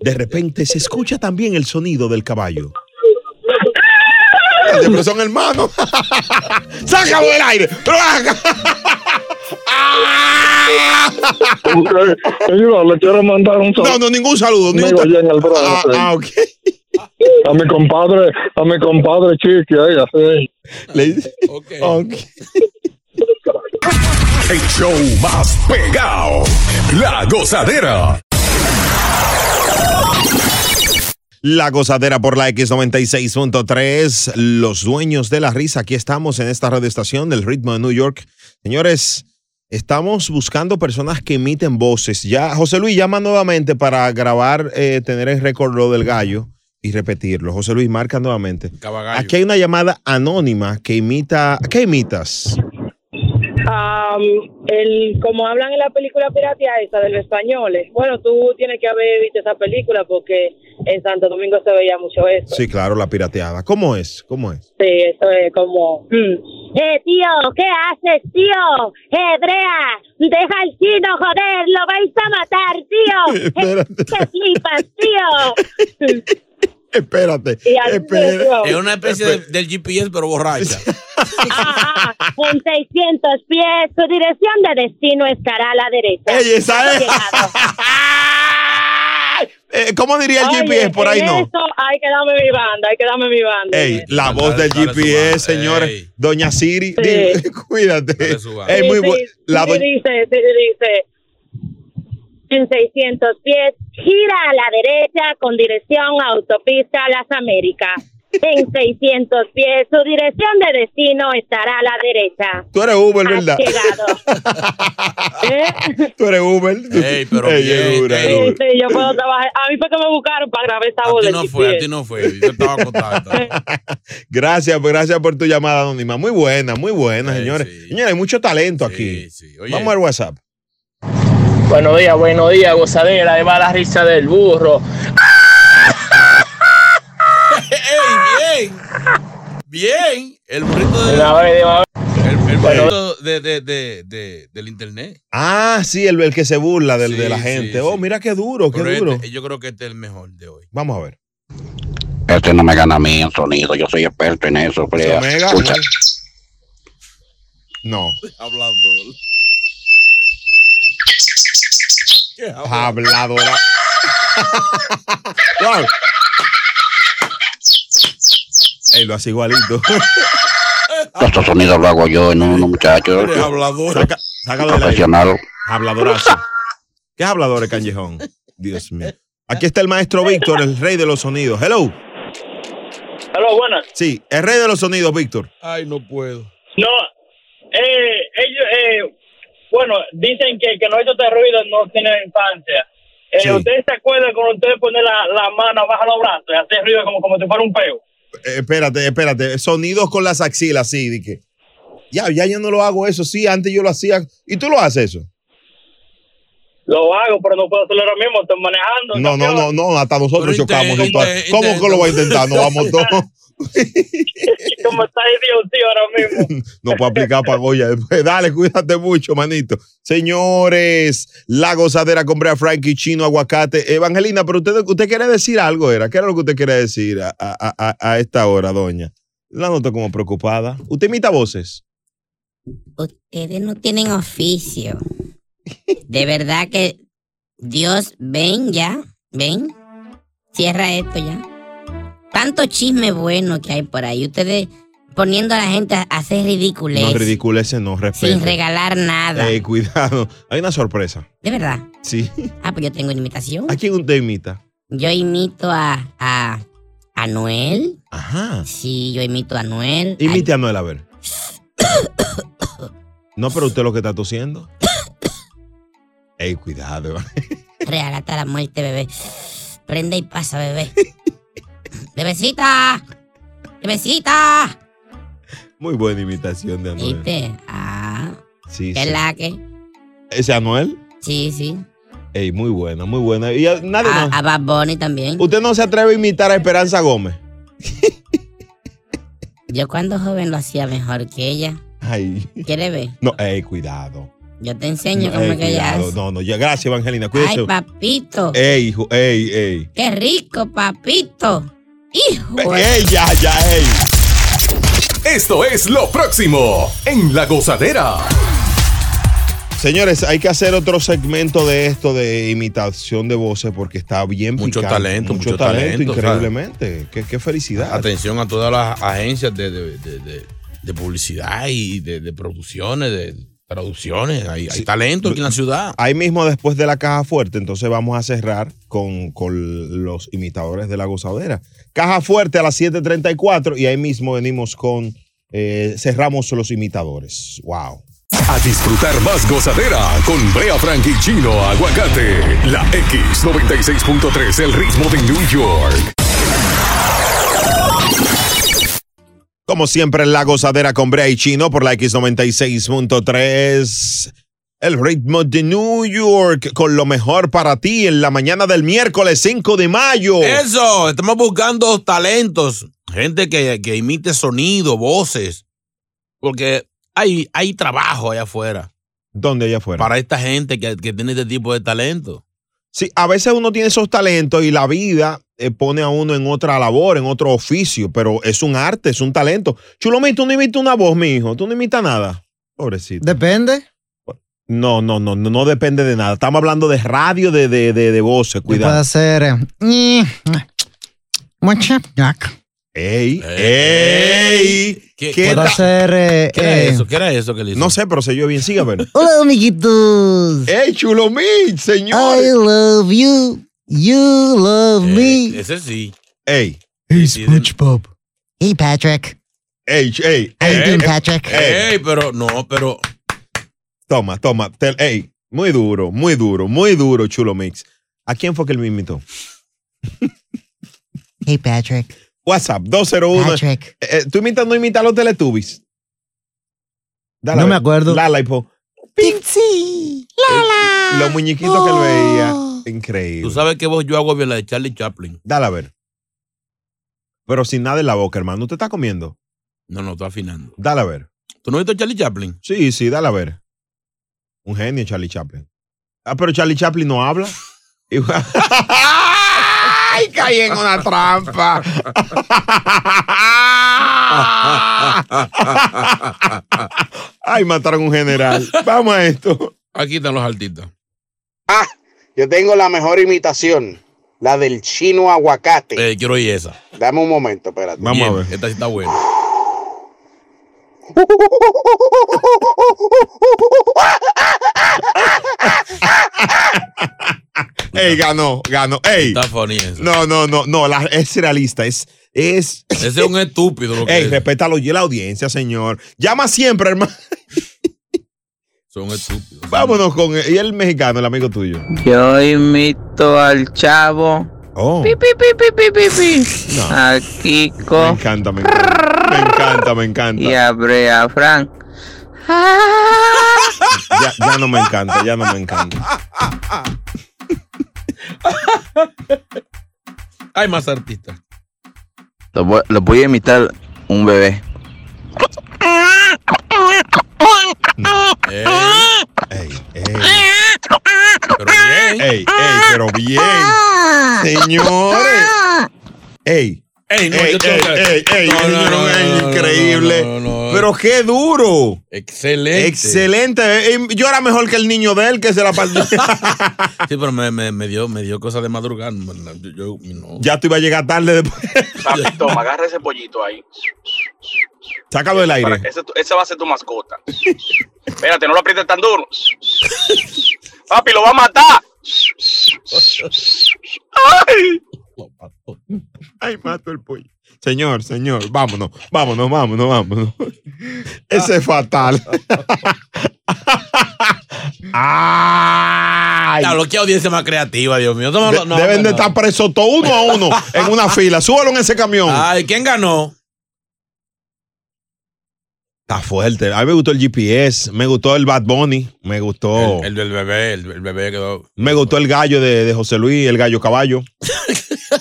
B: De repente se escucha también el sonido del caballo. Espérate, Pero son hermanos. ¡Sácalo del aire! ¡Pero acá!
O: Señor, le quiero mandar un saludo.
B: No, no, ningún saludo.
O: Ningún
B: Ah, ah, ok.
O: A mi compadre, a mi compadre Chiqui, ahí, así.
B: Ok.
Q: El show más pegado. La gozadera.
B: La gozadera por la X96.3, los dueños de la risa. Aquí estamos en esta radioestación del ritmo de New York. Señores, estamos buscando personas que imiten voces. Ya, José Luis llama nuevamente para grabar, eh, tener el récord lo del gallo y repetirlo. José Luis marca nuevamente.
A: Cabagallo.
B: Aquí hay una llamada anónima que imita. ¿Qué imitas?
R: Am, el, como hablan en la película piratea esa de los españoles, bueno, tú tienes que haber visto esa película porque en Santo Domingo se veía mucho eso.
B: Sí, claro, la pirateada. ¿Cómo es? ¿Cómo es?
R: Sí, eso es como... mm.
P: Eh, tío, ¿qué haces, tío? Eh, Brea, deja al chino, joder, lo vais a matar, tío. Eh, ¡Qué flipas, tío!
B: Espérate.
P: Y así
A: espera.
P: es, wow.
A: Es una especie de- del GPS, pero borracha.
P: Ajá, en 600 pies, su dirección de destino estará a la derecha.
B: Ey, esa es.
P: Ha llegado.
B: Eh, ¿Cómo diría el
R: Oye,
B: GPS? Por ahí
R: en
B: no.
R: Eso, hay que darme mi banda, hay que darme mi banda.
B: Ey, la voz del GPS, señores. Doña Siri, di- cuídate. Ey,
R: Sí,
B: muy
R: sí,
B: bu- la
R: sí,
B: doña-
R: dice, sí, dice,
P: En 600 pies, gira a la derecha con dirección a autopista Las Américas. En 600 pies, su dirección de destino estará a la derecha.
B: Tú eres
R: Ah,
B: Uber,
P: Has
B: ¿verdad?
P: llegado.
B: Tú eres Uber.
A: Ey, pero
B: Ey,
A: bien,
B: es dura,
A: ey.
B: es dura.
R: sí, yo puedo trabajar. A mí fue que me buscaron para grabar esa
A: A
R: voz
A: ti
R: del
A: no fue, a
R: GPS.
A: ti no fue. Yo estaba acostado.
B: Gracias, pues, gracias por tu llamada anónima. Muy buena, muy buena, señores. Señores, hay mucho talento aquí. Vamos al WhatsApp.
S: Buenos días, buenos días, gozadera. Ahí va la risa del burro.
A: ¡Ey, bien! Bien. El burrito de.
S: Una vez, una
A: El, el
B: Bueno.
A: burrito de, de, de, de- del internet.
B: Ah, sí, el, el que se burla del- de la gente. oh, mira qué duro, qué
A: Pero
B: duro.
A: este- yo creo que este es el mejor.
B: Vamos a ver.
N: Este no me gana a mí en sonido, yo soy experto en eso, Brea.
B: Omega,
N: Escucha,
B: Omega. No.
A: Hablador.
B: Habladora. wow. Ey, lo hace igualito.
N: estos sonidos lo hago yo, no, no muchachos.
B: Eres habladora. Saca- sácalo del aire.
N: Profesional.
B: Habladorazo. ¿Qué es hablador, el Callejón? Dios mío. Aquí está el maestro Víctor, el rey de los sonidos. Hello.
J: Aló, buenas.
B: Sí, el rey de los sonidos, Víctor.
A: Ay, no puedo.
J: No, eh, ellos, eh, bueno, dicen que el que no hizo este ruido no tiene infancia. Eh,
B: Sí.
J: ¿Ustedes se acuerdan cuando ustedes ponen la, la mano bajo los brazos y hacer ruido como, como si fuera un peo?
B: Eh, espérate, espérate. Sonidos con las axilas, sí, di que. Ya, ya yo no lo hago eso, sí, antes yo lo hacía. ¿Y tú lo haces eso?
J: Lo hago, pero no puedo hacerlo ahora mismo, estoy manejando.
B: No, no, no, no, hasta nosotros chocamos.
J: intenta,
B: entonces. ¿Cómo que lo va a intentar? No vamos todos.
J: Como está idiota ahora mismo.
B: No puedo aplicar para Goya después. Dale, cuídate mucho, manito. Señores, la gozadera con Brea Frankie, Chino, Aguacate. Evangelina, pero usted, usted quiere decir algo, ¿era? ¿Qué era lo que usted quiere decir a, a- a- a esta hora, doña? La noto como preocupada. ¿Usted imita voces?
T: Ustedes no tienen oficio. De verdad que Dios, ven ya, ven. Cierra esto ya. Tanto chisme bueno que hay por ahí. Ustedes poniendo a la gente a hacer ridiculez.
B: No, Eh, ridiculece, no, respeto.
T: sin regalar nada.
B: Ey, cuidado. Hay una sorpresa.
T: De verdad.
B: Sí.
T: Ah, pues yo tengo una imitación.
B: ¿A quién usted imita?
T: Yo imito a, a Anuel.
B: Ajá.
T: Sí, yo imito a Anuel.
B: Imite a Noel, a ver. No, pero usted lo que está tosiendo. Ey, cuidado.
T: Real hasta la muerte, bebé. Prende y pasa, bebé. Bebecita. Bebecita.
B: Muy buena imitación de Anuel.
T: ¿Viste? Este, Ah.
B: Sí,
T: ¿Qué
B: sí.
T: la que?
B: ¿Ese Anuel?
T: Sí, sí.
B: Ey, muy buena, muy buena. Y a- nadie
T: A,
B: más.
T: a Bad Bunny también.
B: ¿Usted no se atreve a imitar a Esperanza Gómez?
T: Yo cuando joven lo hacía mejor que ella.
B: Ay.
T: ¿Quieres ver?
B: No, ey, cuidado.
T: Yo te enseño
B: No,
T: cómo
B: ey,
T: es que ella
B: cuidado.
T: hace.
B: No, pues no, ya, gracias, Evangelina. Cuídese.
T: Ay, papito.
B: Ey, hijo, ey, ey.
T: Qué rico, papito. Hijo.
B: Ey, ya, ya, ey.
C: Esto es lo próximo en La Gozadera.
B: Señores, hay que hacer otro segmento de esto de imitación de voces porque está bien
A: Mucho
B: picante.
A: talento, mucho talento,
B: increíblemente. Qué, qué felicidad.
A: Atención a todas las agencias de, de- de- de- de publicidad y de, de producciones, de traducciones. Hay, hay talento aquí en la ciudad.
B: Ahí mismo después de la caja fuerte, entonces vamos a cerrar con, con los imitadores de la gozadera. Caja fuerte a las 7:34 y ahí mismo venimos con eh, cerramos los imitadores. Wow.
C: A disfrutar más gozadera con Brea Frank y Chino Aguacate. La X96.3, el ritmo de New York.
B: Como siempre, la gozadera con Brea y Chino por la X96.3. El ritmo de New York con lo mejor para ti en la mañana del miércoles 5 de mayo.
A: Eso, estamos buscando talentos, gente que, que imite sonido, voces, porque hay, hay trabajo allá afuera.
B: ¿Dónde allá afuera?
A: Para esta gente que, que tiene este tipo de talento.
B: Sí, a veces uno tiene esos talentos y la vida eh, pone a uno en otra labor, en otro oficio, pero es un arte, es un talento. Chulomín, tú no imitas una voz, mi hijo, tú no imitas nada. Pobrecito.
F: Depende.
B: No, no, no, no, no depende de nada. Estamos hablando de radio, de, de, de, de voces,
F: Puede
B: cuidado.
F: hacer. eh,
B: Mm.
F: ñi, mucha ñaca.
B: ¡Ey! ¡Ey!
A: ¿Qué,
F: puedo hacer. eh,
A: ¿Qué era
F: eh,
A: eso? ¿Qué era eso que le hizo?
B: No sé, pero se yo bien, siga, pero.
F: Hola, amiguitos.
B: ¡Ey, Chulomín, señor!
F: I love you. You love
B: Eh,
F: me.
A: Ese sí.
B: ¡Ey!
F: Hey, SpongeBob. Hey, Patrick.
B: ¡Ey, ey!
F: How you
B: ey,
F: doing,
B: ey,
F: Patrick?
A: Ey, pero no, pero
B: Toma, toma. Te- ey, muy duro, muy duro, muy duro, Chulo Mix. ¿A quién fue que él me invitó?
F: Hey, Patrick.
B: WhatsApp, 201.
F: Patrick.
B: Eh, eh, ¿Tú imitas no imitas los Teletubbies?
F: No me
B: acuerdo. Lala y po. Pixie. Eh, Lala. Los muñequitos que él veía. Increíble.
A: tú sabes que vos yo hago bien la de Charlie Chaplin.
B: Dale a ver. Pero sin nada en la boca, hermano. ¿Usted está comiendo?
A: No, no, estoy afinando.
B: Dale a ver.
A: ¿Tú no has visto Charlie Chaplin?
B: Sí, sí, dale a ver. Un genio, Charlie Chaplin. Ah, pero Charlie Chaplin no habla. Igual- ¡Ay, caí en una trampa! ¡Ay, mataron un general! Vamos a esto.
A: Aquí están los artistas.
D: Ah, Yo tengo la mejor imitación, la del chino aguacate.
A: Eh, quiero oír esa.
D: Dame un momento, espérate.
A: Bien, Esta sí está buena.
B: ¡Ey, ganó, ganó! ¡Ey!
A: Está funny esa.
B: No, no, no, no, la- es realista, es... es...
A: Ese es un estúpido lo que
B: Ey,
A: es.
B: respétalo y la audiencia, señor. Llama siempre, hermano.
A: Son estúpidos.
B: Vámonos con... Y el mexicano, el amigo tuyo.
N: Yo imito al chavo.
B: Oh.
N: Pi, pi, pi, pi, pi, pi, pi. A Kiko. Me
B: encanta, me encanta. Me encanta, me encanta.
N: Y a Brea Frank.
B: Ya, ya no me encanta, ya no me encanta.
A: Hay más artistas.
G: Los voy, los voy a imitar un bebé.
A: Pero bien.
B: Ey, ey, pero bien. Señores. Ey.
A: Ey,
B: no, ey, ey, ey, ey, señor, es increíble. Pero qué duro.
A: Excelente.
B: Excelente. Ey, Yo era mejor que el niño de él que se la partió.
A: Sí, pero me, me- me dio, me dio cosas de madrugar. no, Yo, yo- no.
B: ya tú ibas a llegar tarde después.
G: Toma, agarra ese pollito ahí.
B: Sácalo del aire.
G: Ese, ese va a ser tu mascota. Espérate, no lo aprietes tan duro. Papi, lo va a matar. ¡Ay!
B: Ay, mato el pollo. Señor, señor, vámonos, vámonos, vámonos, vámonos. Ese es fatal. ¡Ay!
A: Claro, qué audiencia más creativa, Dios mío. Toma,
B: De-
A: no,
B: deben
A: no, no.
B: de estar presos todos uno a uno en una fila. Súbalo en ese camión.
A: Ay, ¿quién ganó?
B: Está fuerte. A mí me gustó el GPS, me gustó el Bad Bunny, me gustó.
A: El del bebé, el, el bebé quedó.
B: Me gustó el gallo de, de José Luis, el gallo caballo.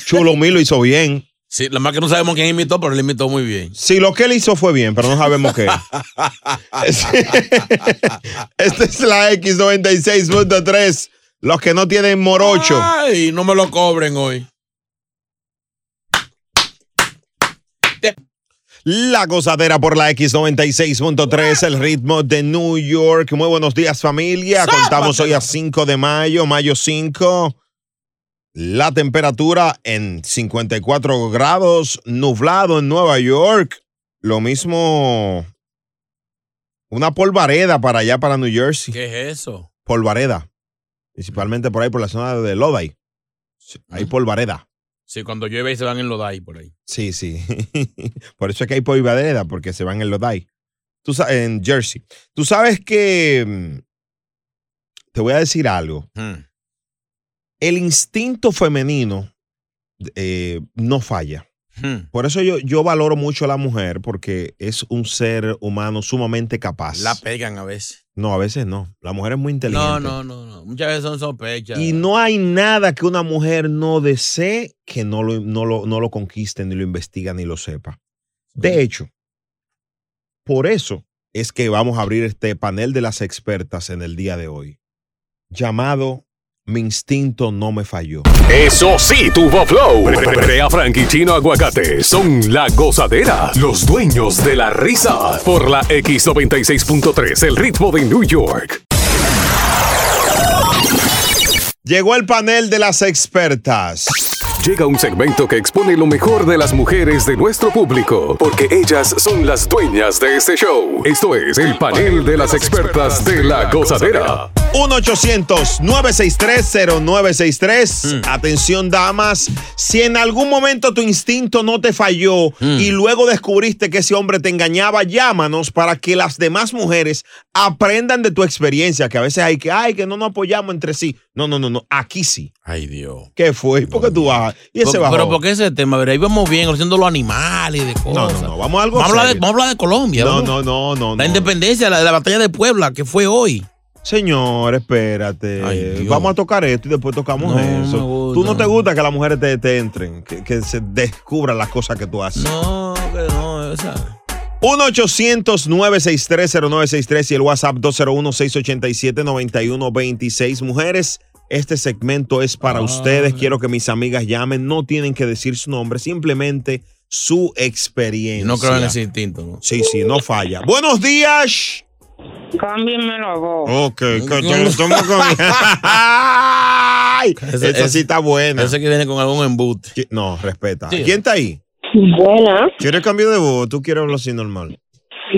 B: Chulo Mí lo hizo bien.
A: Sí, lo más que no sabemos quién imitó, pero lo imitó muy bien.
B: Sí, lo que él hizo fue bien, pero no sabemos qué. Esta Este es la X96.3. Los que no tienen morocho.
A: Ay, no me lo cobren hoy.
B: La gozadera por la X96.3, el ritmo de New York. Muy buenos días, familia. Contamos hoy a 5 de mayo, mayo 5. La temperatura en 54 grados, nublado en Nueva York. Lo mismo, una polvareda para allá, para New Jersey.
A: ¿Qué es eso?
B: Polvareda. Principalmente por ahí, por la zona de Lodi. Sí, Hay polvareda.
A: Sí, cuando llueve y se van en Lodai por ahí.
B: Sí, sí. Por eso es que hay polvareda, porque se van en Lodi. Tú sa- en Jersey. Tú sabes que. mm, Te voy a decir algo. El instinto femenino eh, no falla.
A: Hmm.
B: Por eso yo, yo valoro mucho a la mujer, porque es un ser humano sumamente capaz.
A: La pegan a veces.
B: no, a veces no. La mujer es muy inteligente.
A: No, no, no, no. Muchas veces son sospechas.
B: Y no hay nada que una mujer no desee que no lo, no lo- no lo conquiste, ni lo investiga, ni lo sepa. De hecho, por eso es que vamos a abrir este panel de las expertas en el día de hoy, llamado Mi instinto no me falló.
C: Eso sí, tuvo flow. Brea Frank y Chino Aguacate son la gozadera, los dueños de la risa. Por la X96.3, el ritmo de New York.
B: Llegó el panel de las expertas.
C: Llega un segmento que expone lo mejor de las mujeres de nuestro público, porque ellas son las dueñas de este show. Esto es el panel de las expertas de la gozadera.
A: Mm.
B: 1-800-963-0963. Atención, damas. Si en algún momento tu instinto no te falló
A: Mm.
B: y luego descubriste que ese hombre te engañaba, llámanos para que las demás mujeres aprendan de tu experiencia, que a veces hay que, ay, que no nos apoyamos entre sí. No, no, no, no. Aquí sí.
A: Ay, Dios.
B: ¿Qué fue? ¿Por qué tú bajas? Y ese
A: Pero-
B: bajó.
A: Pero ¿por qué ese tema? A ver, ahí vamos bien, haciendo los animales y de cosas.
B: no, no, vamos a algo
A: Vamos a hablar de,
B: serio.
A: vamos a hablar de Colombia.
B: No,
A: vamos.
B: no, no, no.
A: La
B: no.
A: independencia, la, la batalla de Puebla, que fue hoy.
B: Señor, espérate. Vamos a tocar esto y después tocamos eso. ¿Tú no te gusta que las mujeres te, te entren? Que, que se descubran las cosas que tú haces.
A: No, que no, o sea.
B: 1-800-963-0963 y el WhatsApp 201-687-9126. Mujeres, este segmento es
A: Ah.
B: para ustedes. Quiero que mis amigas llamen. No tienen que decir su nombre, simplemente su experiencia.
A: No creo en ese instinto. ¿no?
B: Sí, sí, no falla. Buenos días.
H: Cámbienmelo vos.
B: Ok, que te lo tomo con- ¡Ay!
A: Ese-
B: Esa sí
A: ese-
B: está buena.
A: ese que viene con algún embute.
B: Qui- No, respeta.
A: Sí.
B: ¿Quién está ahí?
H: Buena.
B: ¿Quieres cambio de voz? ¿Tú quieres hablar así normal?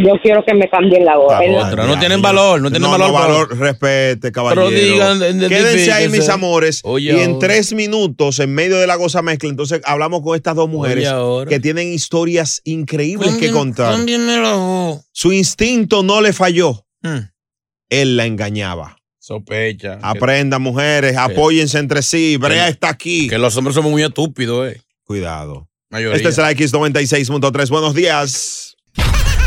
H: Yo quiero que me cambien la voz. El-
A: Otra, no tienen valor, no tienen valor.
B: valor. Respete, caballero.
A: digan,
B: Quédense ahí, mis
A: identifíquense.
B: amores.
A: Oye,
B: y en
A: ahora.
B: tres minutos, en medio de la goza mezcla, entonces hablamos con estas dos mujeres
A: ahora.
B: que tienen historias increíbles que contar.
A: Cámbienmelo.
B: Su instinto no le falló.
A: Hmm. Ah,
B: Él la engañaba.
A: Sospecha.
B: Aprendan, mujeres, apóyense entre sí. Brea está aquí.
A: Que los hombres somos muy estúpidos, eh.
B: Cuidado.
A: Mayoría.
B: Este es el X96.3. Buenos días.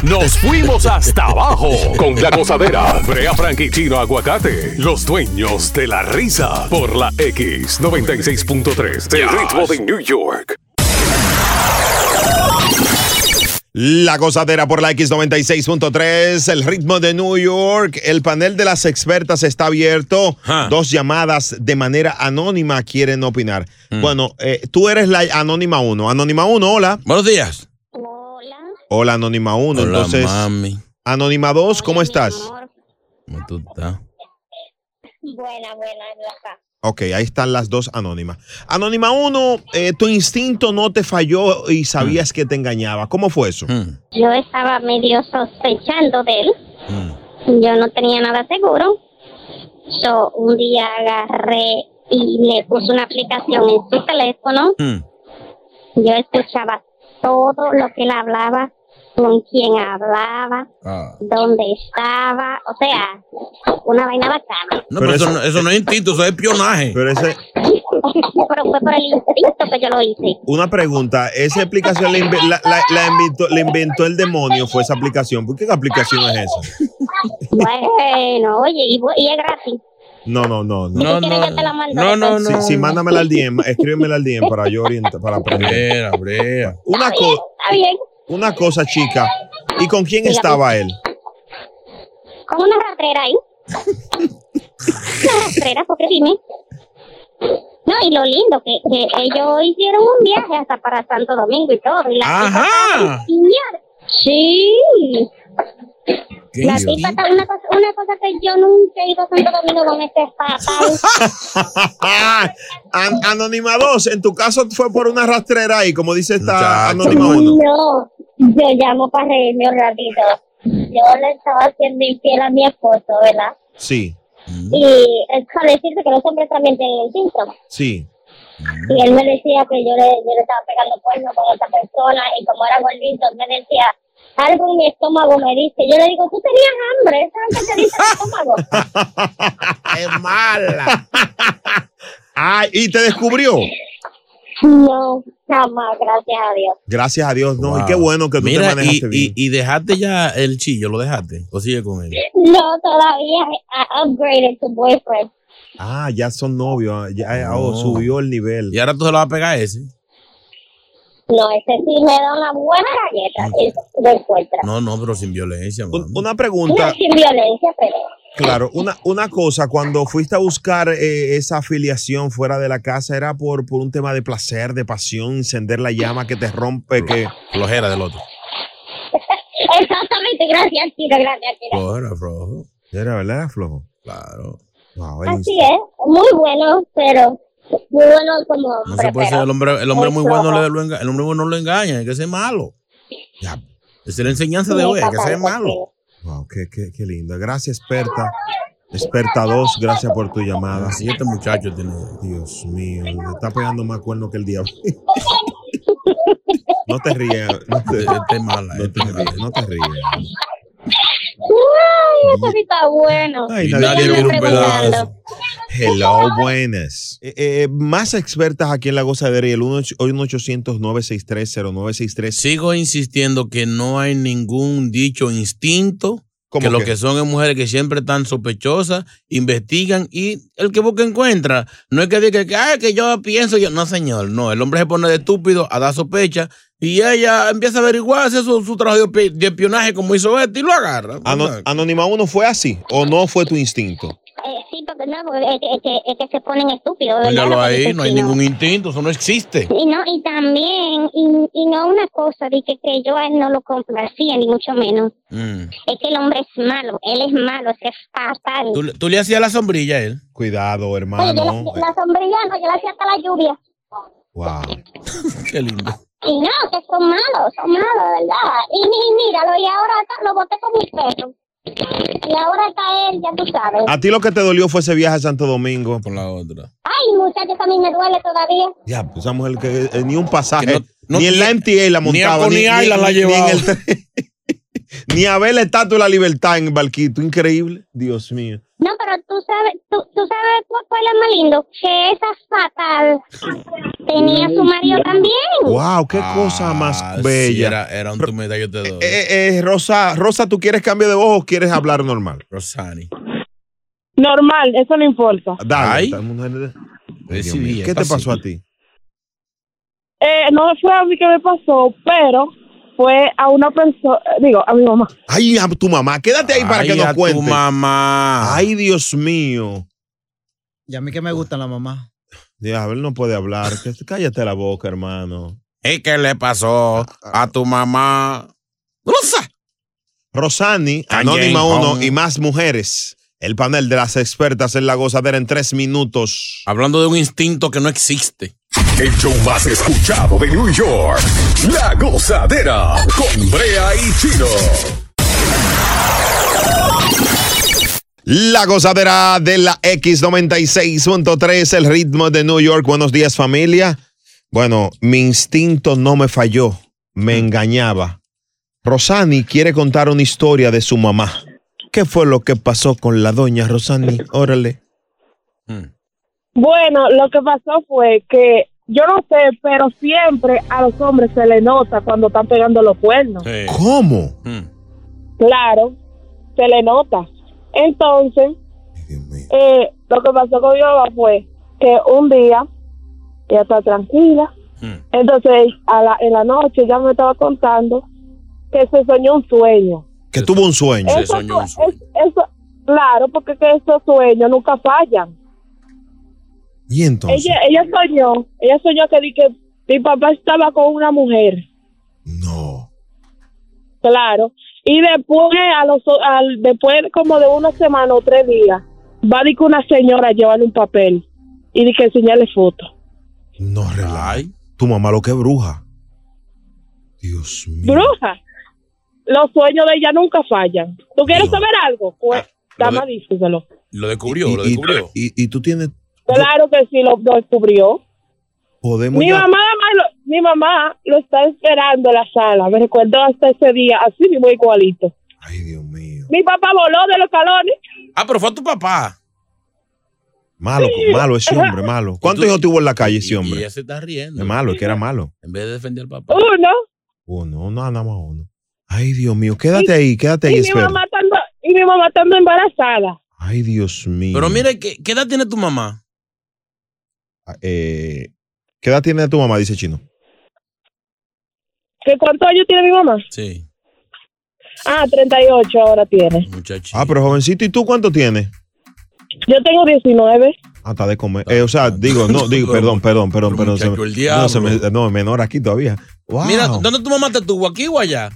C: Nos fuimos hasta abajo con la gozadera. Brea Frank y Chino Aguacate, los dueños de la risa. Por la X96.3, el ritmo de New York.
B: La gozadera por la X96.3, el ritmo de New York. El panel de las expertas está abierto.
A: Ah.
B: Dos llamadas de manera anónima quieren opinar.
A: Mm.
B: Bueno, eh, tú eres la anónima 1. Anónima 1, hola.
A: Buenos días.
B: Hola. Hola, anónima 1.
A: Hola,
B: Entonces,
A: mami.
B: anónima 2, ¿cómo estás?
A: ¿Cómo tú estás?
U: Buena, buena, loca.
B: Ok, ahí están las dos anónimas. Anónima 1, tu instinto no te falló y
A: Mm.
B: sabías que te engañaba. ¿Cómo fue eso?
U: Yo estaba medio sospechando de él.
B: Mm.
U: Yo no tenía nada seguro. So, un
B: Mm.
U: día agarré y le puse una aplicación en su teléfono
I: Yo escuchaba todo lo que él hablaba, con quién hablaba,
B: Ah.
I: dónde estaba, o sea, una vaina bacana.
A: No, pero, eso, no- eso no es instinto, eso es espionaje.
B: Pero ese,
I: Pero fue por el instinto que yo lo hice.
B: una pregunta, esa aplicación la, inve- la- la- la inventó, la inventó el demonio, fue esa aplicación. ¿Por qué aplicación es esa?
I: Bueno, oye, y, bu- y es gratis.
B: No, no, no.
I: Si tú quieres, yo te la mando de
B: Si,
I: paso.
B: si mándamela al DM, escríbemela al DM para yo orientar, para aprender. Una,
I: Está
B: co-
I: bien, Está bien,
B: una cosa, chica. ¿Y con quién
I: Dígame.
B: estaba él?
I: con una rastrera ahí. una rastrera, porque dime. No, y lo lindo que, que ellos hicieron un viaje hasta para Santo Domingo y todo. Y la tipa estaba genial. Sí.
B: Qué
I: La
B: idiota.
I: tipa estaba- una cosa, una cosa que yo nunca he ido a Santo Domingo con este papá.
B: An- Anónima 2, en tu caso fue por una rastrera ahí, como dice esta Anónima 1.
I: No, yo llamo para reírme un ratito. Yo le estaba haciendo infiel a mi esposo, ¿verdad?
B: Sí,
I: Y es para decirte que los hombres también tienen instinto.
B: sí.
I: Y él me decía que yo le, yo le estaba pegando cuernos con otra persona y como era gordito, él me decía, algo en mi estómago me dice. Yo le digo, tú tenías hambre, eso es lo que te dice el estómago.
B: Es mala. Ay, y te descubrió.
I: No, jamás, gracias a Dios.
B: Gracias a Dios, no. Y
A: Wow.
B: qué bueno que tú
A: Mira,
B: te manejaste
A: y,
B: bien.
A: Y, y dejaste ya el chillo, lo dejaste. O sigue con él.
I: No, todavía I upgraded to boyfriend.
B: Ah, ya son novios. ah, Ya ah, oh, subió el nivel.
A: Y ahora tú se lo vas a pegar a ese.
I: No, ese sí me da una buena galleta, sí, lo encuentra.
A: No, no, pero sin violencia. mami.
B: Una
I: No
B: pregunta,
I: sin violencia, pero...
B: claro, una, una cosa, cuando fuiste a buscar eh, esa afiliación fuera de la casa, ¿era por, por un tema de placer, de pasión, encender la llama que te rompe, que...
A: Flojera del otro.
I: Exactamente, gracias, Chino, gracias, Chino.
A: Flojera, flojo.
B: Era verdad, era flojo.
A: Claro.
I: Así es, muy bueno, pero muy bueno como
A: No
I: hombre,
A: se puede
I: pero
A: ser el hombre, el hombre
I: es
A: muy bueno
I: flojo.
A: le- lo enga- el hombre bueno no lo engaña, hay que ser malo. Ya. Esa es la enseñanza de
I: Sí,
A: hoy, hay que
I: papá,
A: ser
I: es
A: malo.
B: Wow, qué, qué, qué linda. Gracias, experta. Experta 2, gracias por tu llamada.
A: Sí, este muchacho tiene.
B: Dios mío, le está pegando más cuerno que el diablo. No te rías. No te,
A: eh,
B: no te rías. No te rías.
I: Ay, eso sí está bueno.
B: Ay, nadie quiere un pedazo. Hello, buenas. Eh, eh, más expertas aquí en la gozadera y el 1-800-963-0963.
A: Sigo insistiendo que no hay ningún dicho instinto. Que lo
B: que?
A: que son es mujeres que siempre están sospechosas, investigan y el que busca encuentra. No es que diga que, "Ay, que yo pienso, yo. No, señor, no. El hombre se pone de estúpido a dar sospecha y ella empieza a averiguar, hace su, su trabajo de espi- de espionaje como hizo este y lo agarra.
B: Ano- Anónima 1 fue así o no fue tu instinto?
I: Eh, sí, porque no, porque es que, es que, es que se ponen estúpidos. ¿verdad? Lo
A: Míralo
I: que
A: ahí,
I: dice
A: no hay
I: Chino.
A: ningún instinto, eso no existe.
I: Y no, y también, y, y no una cosa, de que, que yo a él no lo complacía, ni mucho menos.
A: Mm.
I: Es que el hombre es malo, él es malo, es que es fatal.
A: ¿Tú, le- tú le hacías la sombrilla a él.
B: Cuidado,
I: Oye, yo la,
B: hermano.
A: eh.
I: la sombrilla no, yo la hacía hasta la lluvia.
B: Wow.
A: Qué lindo.
I: Y no, que son malos, son malos, de ¿verdad? Y, y míralo, y ahora está- lo boté con mi perro. Y ahora está él, ya tú sabes.
B: A ti lo que te dolió fue ese viaje a Santo Domingo.
A: Por la otra.
I: Ay, muchachos, a mí me duele todavía.
B: Ya, pues esa mujer que eh, ni un pasaje, ni en la MTA
A: ni
B: la
A: a
B: montaba,
A: Coney Island la
B: ni en
A: llevaba.
B: el tren. ni a ver la estatua de la libertad en Barquito, increíble, Dios mío.
I: No, pero tú sabes, tú, tú sabes cuál cuál es más lindo, que esa fatal tenía su marido también.
B: Wow, qué cosa más
A: sí,
B: bella.
A: era, era un tu medallo te doy.
B: Eh, eh, Rosa, Rosa, ¿tú quieres cambio de voz o quieres hablar normal?
A: Rosani.
P: Normal, eso no importa.
B: Dale. esta mujer de- Ay, Dios mío, ¿Qué te
P: está
B: pasó a ti?
P: Eh, no fue a mí que me pasó, pero fue a una persona, digo, a mi mamá.
B: Ay, a tu mamá, quédate ahí para
A: Ay,
B: que
A: a
B: nos
A: tu
B: cuente.
A: mamá.
B: Ay, Dios mío.
J: Y a mí que me gusta la mamá.
B: Diablo, él no puede hablar. Cállate la boca, hermano.
A: Eh, ¿Y qué le pasó a tu mamá? ¡Rosa!
B: Rosani,
A: Kanye,
B: Anónima 1
A: Hong.
B: y más mujeres. El panel de las expertas en la gozadera en tres minutos.
A: Hablando de un instinto que no existe.
C: El show más escuchado de New York. La gozadera con Brea y Chino.
B: La gozadera de la X96.3, el ritmo de New York. Buenos días, familia. Bueno, mi instinto no me falló, me
A: Mm.
B: engañaba. Rosani quiere contar una historia de su mamá. ¿Qué fue lo que pasó con la doña Rosani? Órale.
P: Bueno, lo que pasó fue que yo no sé, pero siempre a los hombres se le nota cuando están pegando los cuernos.
B: ¿Cómo?
P: Claro, se le nota. Entonces, eh, lo que pasó con mi mamá fue que un día ella estaba tranquila.
B: Hmm.
P: Entonces, a la, en la noche ya me estaba contando que se soñó un sueño.
B: Que tuvo un sueño.
P: Eso fue- es- eso- claro, porque es que esos sueños nunca fallan.
B: Y entonces,
P: Ella, ella soñó, ella soñó que, di que mi papá estaba con una mujer. No. Claro. Y después, a los, al, después como de una semana o tres días, va di que una señora a llevarle un papel y di que enseñarle foto.
B: no relaja. Tu mamá lo que es bruja.
P: Bruja. Los sueños de ella nunca fallan. ¿Tú quieres saber algo? Pues, dama, díselo.
A: Lo descubrió, lo
B: y-
A: descubrió.
B: Y, y tú tienes,
P: Claro que sí, lo, lo descubrió.
B: podemos
P: Mi
B: ya-
P: mamá, lo, mi mamá lo está esperando en la sala. Me recuerdo hasta ese día, así mismo igualito. Ay, Dios mío. Mi papá voló de los calones.
A: Ah, pero fue tu papá.
B: Malo, malo ese hombre, malo. ¿Cuántos hijos tuvo en la calle ese hombre?
A: Se está riendo.
B: Es malo, es que era malo.
A: En vez de defender al papá.
P: Uno.
B: Uno, no, nada más uno. Ay, Dios mío, quédate ahí, quédate ahí,
P: Y mi,
B: espera.
P: mamá estando, y mi mamá estando embarazada.
B: Ay, Dios mío.
A: Pero mire, ¿qué, qué edad tiene tu mamá?
B: Eh, ¿Qué edad tiene tu mamá? Dice Chino.
P: ¿Qué cuántos años tiene mi mamá?
A: Sí.
P: Ah, 38 ahora tiene.
B: Ah, pero jovencito, ¿y tú cuánto tienes?
P: Yo tengo 19.
B: Hasta de comer. Eh, o sea, digo, no, digo, perdón, perdón, perdón, perdón. se me- no, se me- no, menor aquí todavía. Wow.
A: Mira, ¿dónde tu mamá te tuvo? ¿Aquí o allá?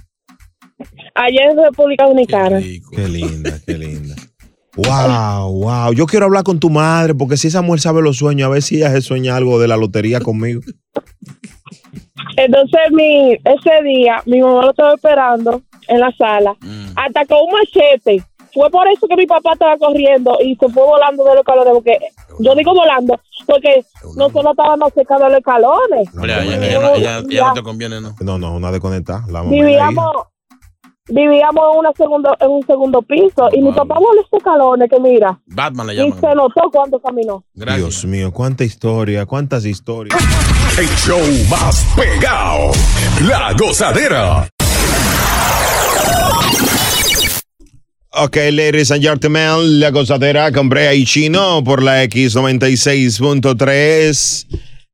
P: Allá en República Dominicana.
B: Qué linda, qué linda. Wow, wow. Yo quiero hablar con tu madre, porque si esa mujer sabe los sueños, a ver si ella se sueña algo de la lotería conmigo.
P: Entonces, mi, ese día, mi mamá lo estaba esperando en la sala. Atacó un machete. Fue por eso que mi papá estaba corriendo y se fue volando de los calones. Porque yo digo volando, porque nosotros estábamos cerca de los calones.
A: Mira, ella, ella no, ella- ella no te conviene, ¿no?
B: No, no, una desconectada. La mamá y la hija.
P: Vivíamos, vivíamos en, una segundo, en un segundo piso y mi papá voló esos calones que mira.
A: Batman la
P: Y
A: llaman.
P: se notó cuando caminó.
B: Dios mío, cuánta historia, cuántas historias.
C: El show más pegado. La gozadera.
B: Ok, ladies and gentlemen, la gozadera con Brea y Chino por la X96.3.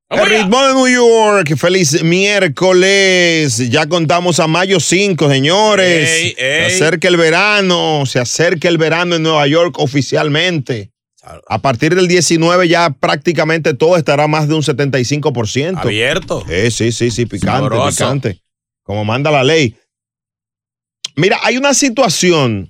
B: El ritmo de New York, feliz miércoles. Ya contamos a mayo 5, señores.
A: Ey,
B: Se acerca el verano, se acerca el verano en Nueva York oficialmente. A partir del 19 ya prácticamente todo estará más de un 75%.
V: Ah,
A: Abierto.
B: Eh, sí, sí, sí, picante,
A: Sabroso.
B: picante. Como manda la ley. Mira, hay una situación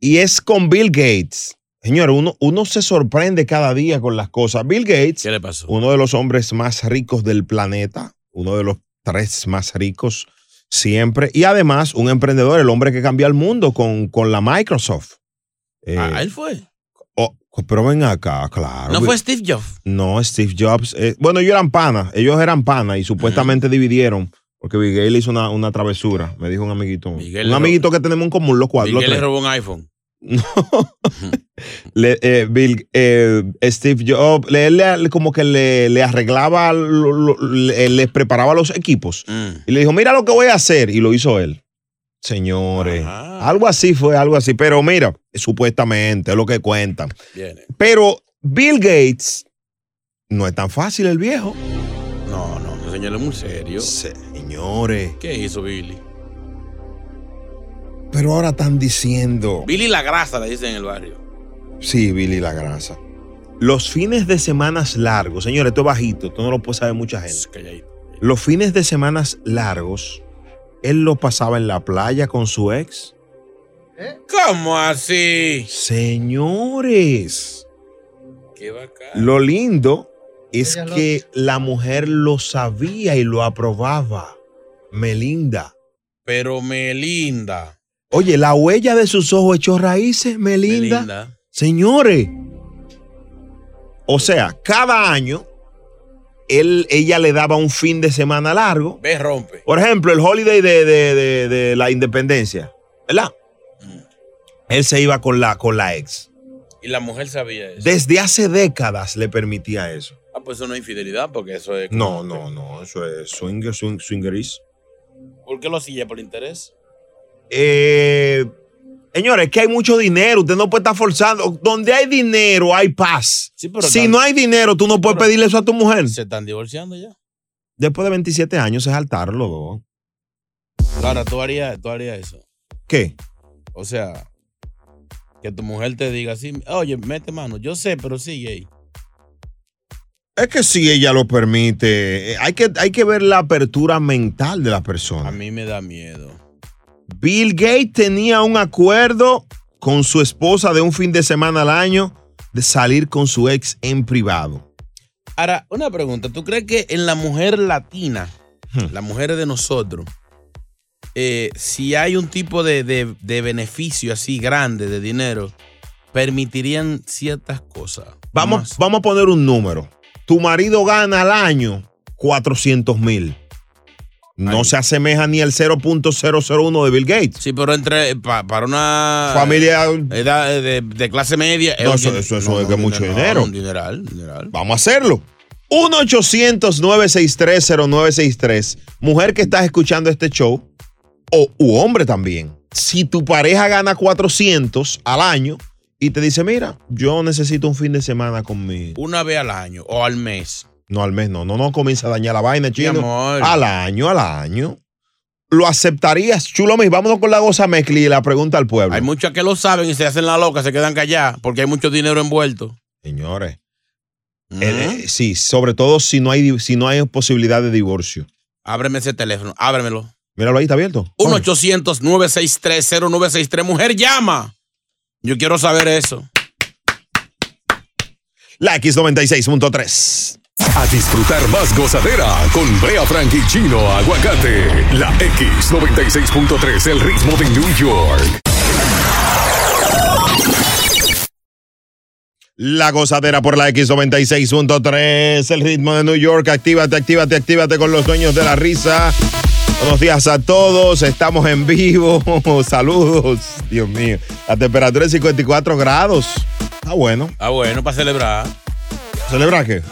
B: y es con Bill Gates. Señor, uno, uno se sorprende cada día con las cosas. Bill Gates, uno de los hombres más ricos del planeta, uno de los tres más ricos siempre, y además un emprendedor, el hombre que cambió el mundo con, con la Microsoft. Eh,
A: Ah, él fue.
B: oh, pero ven acá, claro.
A: No
B: Bill-
A: fue Steve Jobs.
B: no, Steve Jobs. eh, bueno, ellos eran panas. Ellos eran panas y supuestamente dividieron. Porque Miguel hizo una, una travesura, me dijo un amiguito.
A: Miguel
B: un
A: le
B: amiguito que tenemos en común, los cuatro.
A: Miguel
B: los
A: le
B: tres.
A: robó un iPhone.
B: Le- eh, Bill- eh, Steve Jobs, le, le- como que le, le arreglaba, lo- lo- le- les preparaba los
V: Mm.
B: equipos. Y le dijo, mira lo que voy a hacer. Y lo hizo él. Señores, algo así fue, algo así. Pero mira, supuestamente es lo que cuentan.
A: Bien.
B: Pero Bill Gates no es tan fácil el viejo.
A: No, no, no señor, es muy serio.
B: Señores.
A: ¿Qué hizo Billy?
B: Pero ahora están diciendo,
A: Billy la grasa, le dicen en el barrio.
B: sí, Billy la grasa. Los fines de semanas largos, señores, esto es bajito, esto no lo puede saber mucha gente. Los fines de semanas largos, él lo pasaba en la playa con su ex.
A: ¿Cómo así?
B: Señores,
A: Qué bacán.
B: lo lindo es
A: Ella lo-
B: que la mujer lo sabía y lo aprobaba. Melinda.
A: Pero Melinda.
B: Oye, la huella de sus ojos echó raíces, Melinda. Señores. O sea, cada año él, ella le daba un fin de semana largo.
A: Ve, rompe.
B: Por ejemplo, el holiday de, de- de- de la independencia, ¿verdad? Mm. Él se iba con la, con la ex.
A: Y la mujer sabía eso.
B: Desde hace décadas le permitía eso.
A: Ah, pues eso no es infidelidad, porque eso es.
B: No, no, no, eso es swinger, swing, swingeris.
A: ¿Por qué lo hacía? ¿Por interés?
B: Eh, señores, es que hay mucho dinero, usted no puede estar forzando. Donde hay dinero, hay paz. si
A: tan-
B: no hay dinero, tú no puedes pedirle eso a tu mujer.
A: Se están divorciando ya.
B: Después de 27 años es altarlo. bobo.
A: Clara, tú harías, tú harías eso.
B: ¿Qué?
A: O sea, que tu mujer te diga así, oye, mete mano. Yo sé, pero sigue ahí.
B: Es que si ella lo permite, eh, hay que, hay que ver la apertura mental de la persona.
A: A mí me da miedo.
B: Bill Gates tenía un acuerdo con su esposa de un fin de semana al año de salir con su ex en privado.
A: Ahora, una pregunta. ¿Tú crees que en la mujer latina, las mujeres de nosotros, eh, si hay un tipo de, de- de beneficio así grande de dinero, permitirían ciertas cosas?
B: Vamos, vamos a poner un número. Tu marido gana al año 400 mil. No se asemeja ni al 0.001 de Bill Gates.
A: Sí, pero entre pa- para una
B: Familia-
A: edad, eh, de, de clase media.
B: No,
A: un
B: eso-
A: din-
B: eso-
A: Eh,
B: eso
A: no,
B: es
A: no,
B: que
A: un
B: mucho
A: dineral,
B: dinero.
A: un dineral, un dineral.
B: Vamos a hacerlo. 1-800-963-0963. Mujer que estás escuchando este show, o u hombre también. Si tu pareja gana 400 al año y te dice, mira, yo necesito un fin de semana con mi...
A: Una vez al año o al mes.
B: No, al mes no, no, no comienza a dañar la vaina, chino.
A: amor.
B: Al año, al año. ¿Lo aceptarías? Chulo, mis, vámonos con la goza mezcli y la pregunta al pueblo.
A: Hay muchas que lo saben y se hacen la loca, se quedan calladas porque hay mucho dinero envuelto.
B: Señores. Eh, eh, sí, sobre todo si no, hay, di- si no hay posibilidad de divorcio.
A: Ábreme ese teléfono, ábremelo.
B: Míralo ahí, está abierto.
A: 1-800-963-0963. Mujer llama. Yo quiero saber eso.
B: La X96.3.
C: A disfrutar más gozadera con Brea Frank y Chino Aguacate. La X96.3, el ritmo de New York.
B: La gozadera por la X96.3, el ritmo de New York. Actívate, actívate, actívate con los dueños de la risa. Buenos días a todos, estamos en vivo. Saludos, Dios mío. La temperatura es 54 grados. Está bueno.
A: Ah, bueno, para celebrar.
B: ¿Celebras qué?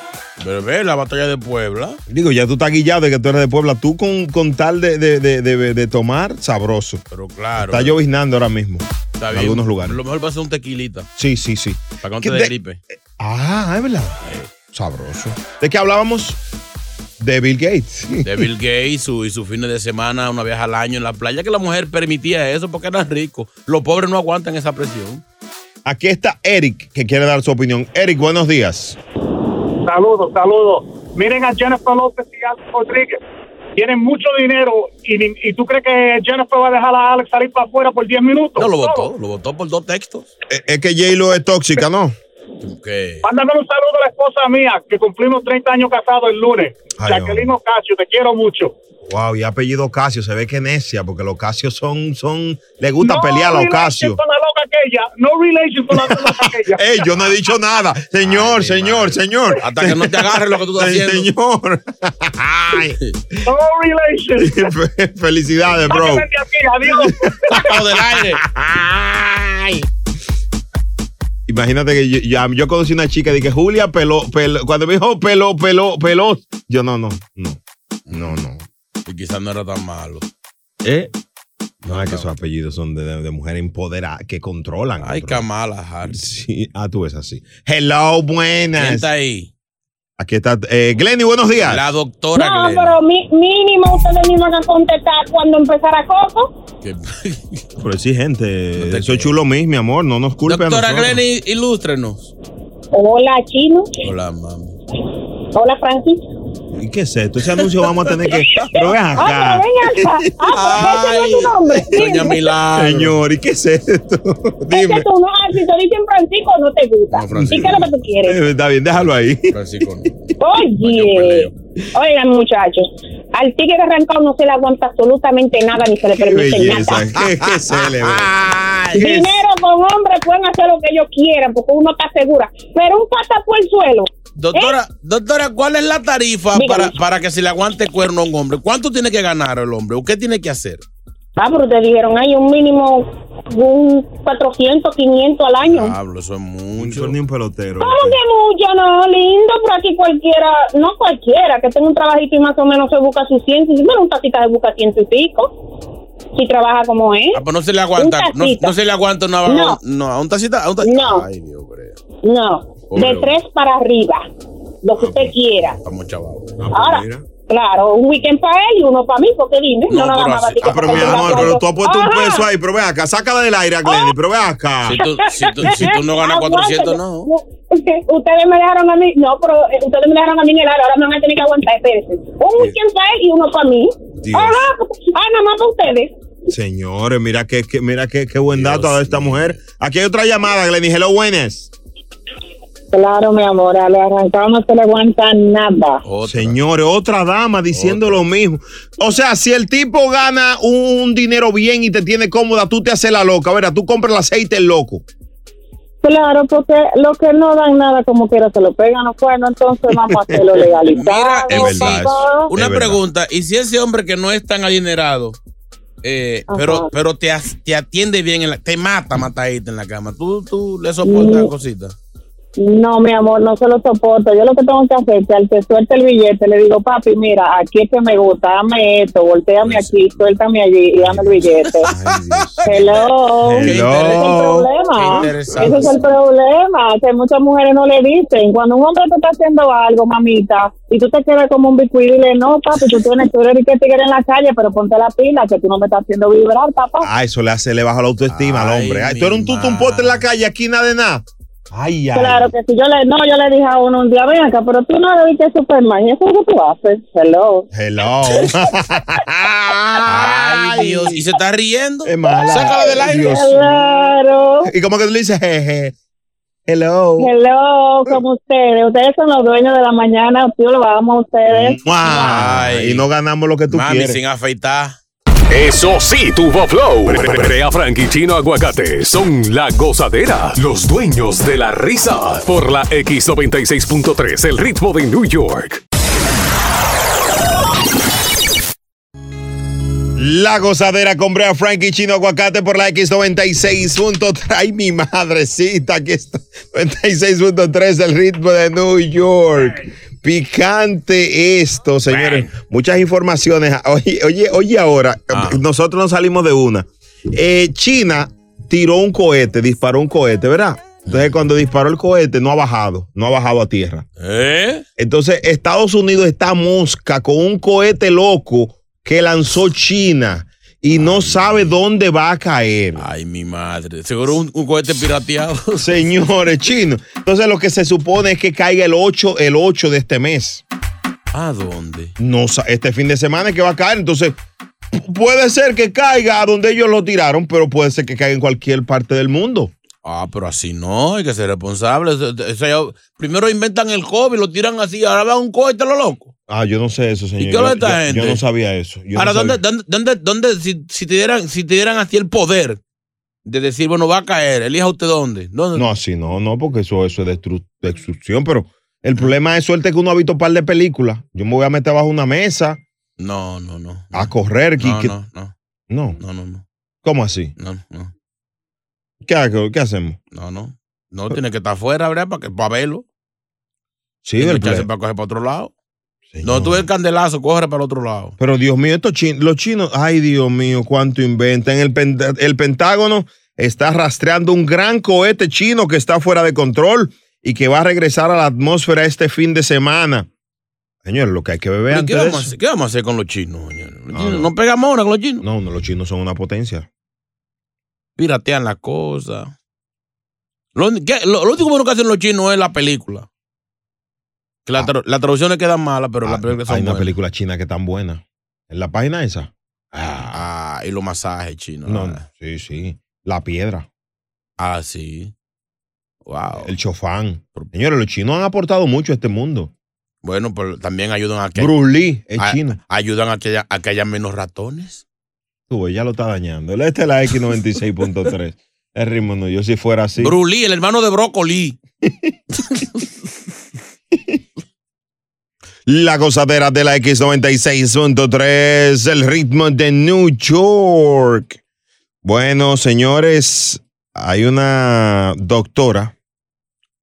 A: Pero ve la batalla de Puebla.
B: Digo, ya tú estás guillado de que tú eres de Puebla. Tú con, con tal de, de- de- de- de tomar, sabroso.
A: Pero claro.
B: Está lloviznando ahora mismo.
A: Está
B: en
A: bien.
B: algunos lugares.
A: Lo mejor va a ser un tequilita.
B: Sí, sí, sí.
A: Para que no
B: ¿Qué
A: te dé
B: de-
A: gripe.
B: Ah, es verdad. Sabroso. ¿De qué hablábamos? De Bill Gates.
A: De Bill Gates y su- y sus fines de semana, una vez al año en la playa, que la mujer permitía eso porque eran ricos. Los pobres no aguantan esa presión.
B: Aquí está Eric, que quiere dar su opinión. Eric, buenos días.
L: Saludos, saludos. Miren a Jennifer López y Alex Rodríguez. Tienen mucho dinero y, ni- y tú crees que Jennifer va a dejar a Alex salir para afuera por 10 minutos.
A: No, lo votó, lo votó por dos textos.
B: Es, es que J-Lo es tóxica, ¿no?
L: Mándame un saludo a la esposa mía, que cumplimos 30 años casados el lunes.
B: Ay,
L: Jacqueline Ocasio, te quiero mucho.
B: Wow, y apellido Casio. Se ve que necia, porque los Casios son, son, le gusta pelear a los
L: relation
B: Casios.
L: Con la loca aquella. No relation con la loca aquella.
B: Ey, yo no he dicho nada. Señor, señor, señor.
A: Hasta que no te agarre lo que tú estás
B: Se-
A: haciendo.
B: Señor. Ay.
L: No relation.
B: Fe- Felicidades, bro.
L: Sáquenme de aquí, adiós.
A: del aire.
B: Imagínate que yo, ya- yo conocí una chica y dije, Julia peló, peló. Cuando me dijo peló, peló, peló. Yo no, no, no. No, no.
A: Y quizás no era tan malo.
B: ¿Eh? No, es que esos apellidos son de, de, mujeres empoderadas que controlan.
A: Ay,
B: controlan.
A: Kamala Harris.
B: Sí, ah, tú es así. Hello, buenas.
A: ¿Quién está ahí?
B: Aquí está eh, Glenny, buenos días.
A: La doctora
P: No, pero mi- mínimo ustedes mismos van a contestar cuando empezara Coco.
B: Pero sí, gente, soy chulo mis, mi amor, no nos culpen.
A: Doctora
B: a nosotros.
A: Glenny, ilústrenos.
P: Hola, Chino.
A: Hola, mami.
P: Hola, Frankie.
B: ¿Y qué es esto? Ese anuncio vamos a tener que. Pero ven
P: Ah,
B: acá.
P: pero ven acá. Ah, pues ese no es tu nombre.
A: Doña Milagro.
B: Señor, ¿y qué es esto?
P: Es que
B: Dime.
P: tú no, si te dicen Francisco, no te gusta.
B: Francisco.
P: ¿Y qué es lo que tú quieres?
B: Eh, Está bien, déjalo ahí.
A: Francisco,
P: Oye, oigan muchachos, al tigre arrancado no se le aguanta absolutamente nada ni se le
B: Qué
P: permite
B: belleza,
P: nada.
B: qué, qué célebre.
P: Dinero con hombres pueden hacer lo que ellos quieran porque uno está segura, pero un pata por el suelo ¿Eh?
A: Doctora, doctora, ¿cuál es la tarifa
P: Dígame.
A: para, para que se le aguante cuerno a un hombre? ¿Cuánto tiene que ganar el hombre? ¿O qué tiene que hacer?
P: Ah, pero te dijeron, hay un mínimo, un 400, 500 al año.
A: Pablo, Pues eso es mucho.
B: ni un pelotero.
P: ¿Cómo que mucho? No, lindo, pero aquí cualquiera, no cualquiera, que tenga un trabajito y más o menos se busca sus ciento, bueno, un tatita se busca ciento y pico, si trabaja como es.
A: Ah, pues no se le aguanta.
P: Un
A: No,
P: tacita.
A: no se le aguanta una
P: No.
A: No, a un tacita. A un tacita.
P: No.
A: Ay, Dios, hombre.
P: No,
A: Pobre hombre.
P: de
A: Ah, pues,
P: tres para arriba, lo que usted quiera.
A: Estamos chavados.
P: Ahora, claro, un weekend para él y uno para mí, porque dime, no, nada más. para ti que
B: Ah, pero
P: te
B: mi
P: tenga
B: amor,
P: todo.
B: pero tú has puesto un
P: Ajá. ¡Oh!
B: peso ahí, pero ve acá, sácala del aire, Glenny, pero ve acá.
A: Si tú- si tú- si tú no ganas
P: Aguántate.
A: 400, no.
P: U- Ustedes me dejaron a mí, no, pero eh, ustedes me dejaron a mí en el aro, ahora me van a tener que aguantar, espérense. Un weekend para él y uno para mí.
B: Dios.
P: Ajá, ah, nada más para ustedes.
B: Señores, mira qué que, mira que, que buen dato a esta mujer. Aquí hay otra llamada, Glenny. Hello, buenas.
P: Claro, mi amor, a lo arrancado no se le aguanta nada.
B: Señores, otra dama diciendo lo mismo. O sea, si el tipo gana un, un dinero bien y te tiene cómoda, tú te haces la loca. Verá, tú compras el aceite el loco.
P: Claro, porque los que no dan nada como quiera se lo pegan los cuernos, entonces vamos a hacerlo legalizado.
A: Mira,
P: con
A: y si-
P: todo.
A: una pregunta. ¿Y si ese hombre que no es tan adinerado, eh,
P: Ajá.
A: pero, pero te, as- te atiende bien, en la, te mata, matadita en la cama, tú, tú le soportas
P: Mm.
A: cositas?
P: No, mi amor, no se lo soporto. Yo lo que tengo que hacer es que al que suelte el billete le digo, papi, mira, aquí es que me gusta, dame esto, volteame
B: Pues,
P: aquí, suéltame allí y dame el billete. Hello.
B: Qué
P: Ese es el
B: Qué
P: problema.
B: interesante.
P: Ese es el problema, que muchas mujeres no le dicen. Cuando un hombre te está haciendo algo, mamita, y tú te quedas como un bicuí y le no, papi, tú tienes tú eres que tigre en la calle, pero ponte la pila, que tú no me estás haciendo vibrar, papá.
B: Ah, eso le hace, le baja la autoestima al hombre. Ay, tú eres un tutumpote en la calle, aquí nada de nada. Ay, ay.
P: Claro que si yo le, no, yo le dije a uno un día, ven acá, pero tú no le diste Superman, y eso es lo que tú haces. Hello.
B: Hello.
A: Ay, Dios. ¿Y se está riendo?
B: Es mala.
A: Sácala del aire.
B: Dios.
P: Claro.
B: Y como que tú le dices, jeje. Hello.
P: Hello, como ustedes. Ustedes son los dueños de la mañana, yo lo amo a ustedes.
B: ¡Mua! Y no ganamos lo que tú
C: Mami,
B: quieres.
C: sin
A: afeitar.
C: Eso sí, tuvo flow. Brea Frank y Chino Aguacate son la gozadera, los dueños de la risa. Por la X96.3, el ritmo de New York.
B: La gozadera con Brea Frankie Chino Aguacate por la X96.3. Ay, mi madrecita, aquí está. 96.3, el ritmo de New York. Picante esto, señores. Muchas informaciones. Oye, oye, oye ahora, nosotros no salimos de una. Eh, China tiró un cohete, disparó un cohete, ¿verdad? Entonces, cuando disparó el cohete, no ha bajado, no ha bajado a tierra.
A: ¿Eh?
B: Entonces, Estados Unidos está mosca con un cohete loco que lanzó China y no sabe dónde va a caer.
A: Ay, mi madre. Seguro un, un cohete pirateado.
B: Señores, chino. Entonces, lo que se supone es que caiga el 8, el 8 de este mes.
A: ¿A dónde?
B: No, sa- este fin de semana es que va a caer. Entonces, pu- puede ser que caiga a donde ellos lo tiraron, pero puede ser que caiga en cualquier parte del mundo.
A: Ah, pero así no, hay que ser responsable. Eso- eso ya- primero inventan el COVID, lo tiran así, ahora va un cohete a lo loco.
B: Ah, yo no sé eso, señor.
A: qué habla
B: Yo-
A: esta
B: yo- Yo
A: gente?
B: no sabía eso. Yo
A: ahora,
B: no
A: ¿dónde, dónde, dónde, dónde- si, si te dieran, si te dieran así el poder de decir, bueno, va a caer, elija usted dónde? ¿Dónde?
B: No, así no, no, porque eso, eso es destru- destrucción, pero
A: Ah.
B: el problema es suerte que uno ha visto un par de películas. Yo me voy a meter bajo una mesa
A: No, no, no.
B: a correr. que-
A: No,
B: que-
A: no, no.
B: no.
A: No, no, no.
B: ¿Cómo así?
A: No, no.
B: ¿Qué, hago- qué hacemos?
A: No, no. No tiene que estar afuera, ¿verdad? Para, que, para verlo.
B: Sí,
A: Tiene
B: el
A: que echarse
B: ple-
A: para coger para otro lado. No tuve el candelazo, coge para el otro lado.
B: Pero Dios mío, estos chin- los chinos, ay Dios mío, cuánto inventan. El, penta- el Pentágono está rastreando un gran cohete chino que está fuera de control y que va a regresar a la atmósfera este fin de semana. Señor, lo que hay que beber
A: ¿Y ¿Qué
B: antes de
A: vamos, a
B: eso.
A: hacer? ¿Qué vamos a hacer con los chinos? señor? Los
B: No,
A: chinos
B: no.
A: no pegamos ahora con los chinos.
B: No, no, los chinos son una potencia.
A: piratean las cosas. Lo, uni- que- lo- lo único bueno que hacen los chinos es la película. Que la tra- las traducciones quedan malas, pero las películas son
B: Ah. Hay una
A: buenas.
B: película china que es tan buena. ¿En la página esa?
A: Ah, y los masajes chinos.
B: No,
A: ah.
B: sí, sí. La piedra.
A: Ah, sí. Wow.
B: El chofán. Señores, los chinos han aportado mucho a este mundo.
A: Bueno, pero también ayudan a que.
B: Bruce Lee es
A: a-
B: chino.
A: Ayudan a que, haya, a que haya menos ratones.
B: Tú, ves, ya lo está dañando. Este es la X96.3. El ritmo no. Yo si fuera así.
A: Brulí, el hermano de Brócoli.
B: La gozadera de la X96.3, el ritmo de New York. Bueno, señores, hay una doctora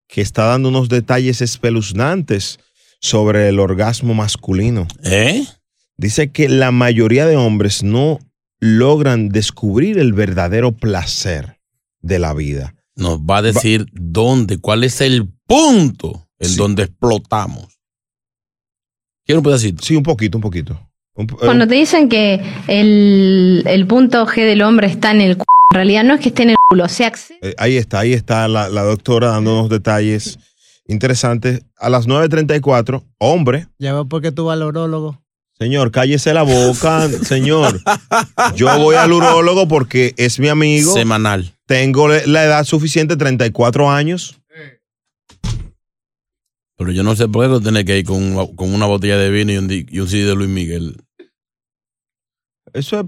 B: que está dando unos detalles espeluznantes sobre el orgasmo masculino.
A: ¿Eh?
B: Dice que la mayoría de hombres no logran descubrir el verdadero placer de la vida.
A: Nos va a decir dónde, cuál es el punto en donde explotamos. ¿Quiere un pedacito?
B: Sí, un poquito, un poquito.
K: Cuando te dicen que el, el punto G del hombre está en el culo, en realidad no es que esté en el culo, se accede.
B: Eh, ahí está, ahí está la, la doctora dando unos detalles interesantes. A las 9.34, hombre,
J: Ya veo por qué tú vas al urólogo.
B: señor, cállese la boca, señor. Yo voy al urólogo porque es mi amigo.
A: Semanal.
B: Tengo le- la edad suficiente, 34 años.
A: Pero yo no sé por qué tú tienes que ir con, una- con una botella de vino y un, di- y un CD de Luis Miguel.
B: Eso es...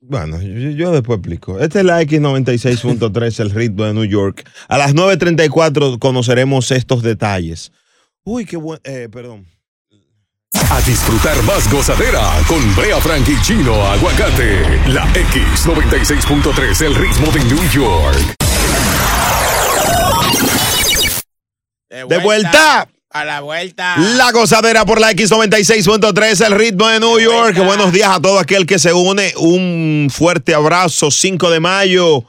B: Bueno, yo, yo después explico. Esta es la X96.3, el ritmo de New York. A las 9.34 conoceremos estos detalles. Uy, qué bueno. perdón.
C: A disfrutar más gozadera con Brea Frank y Chino Aguacate. La X96.3, el ritmo de New York.
B: De vuelta.
A: A la vuelta.
B: La gozadera por la X96.3, el ritmo de New York. Buenos días a todo aquel que se une. Un fuerte abrazo, 5 de mayo.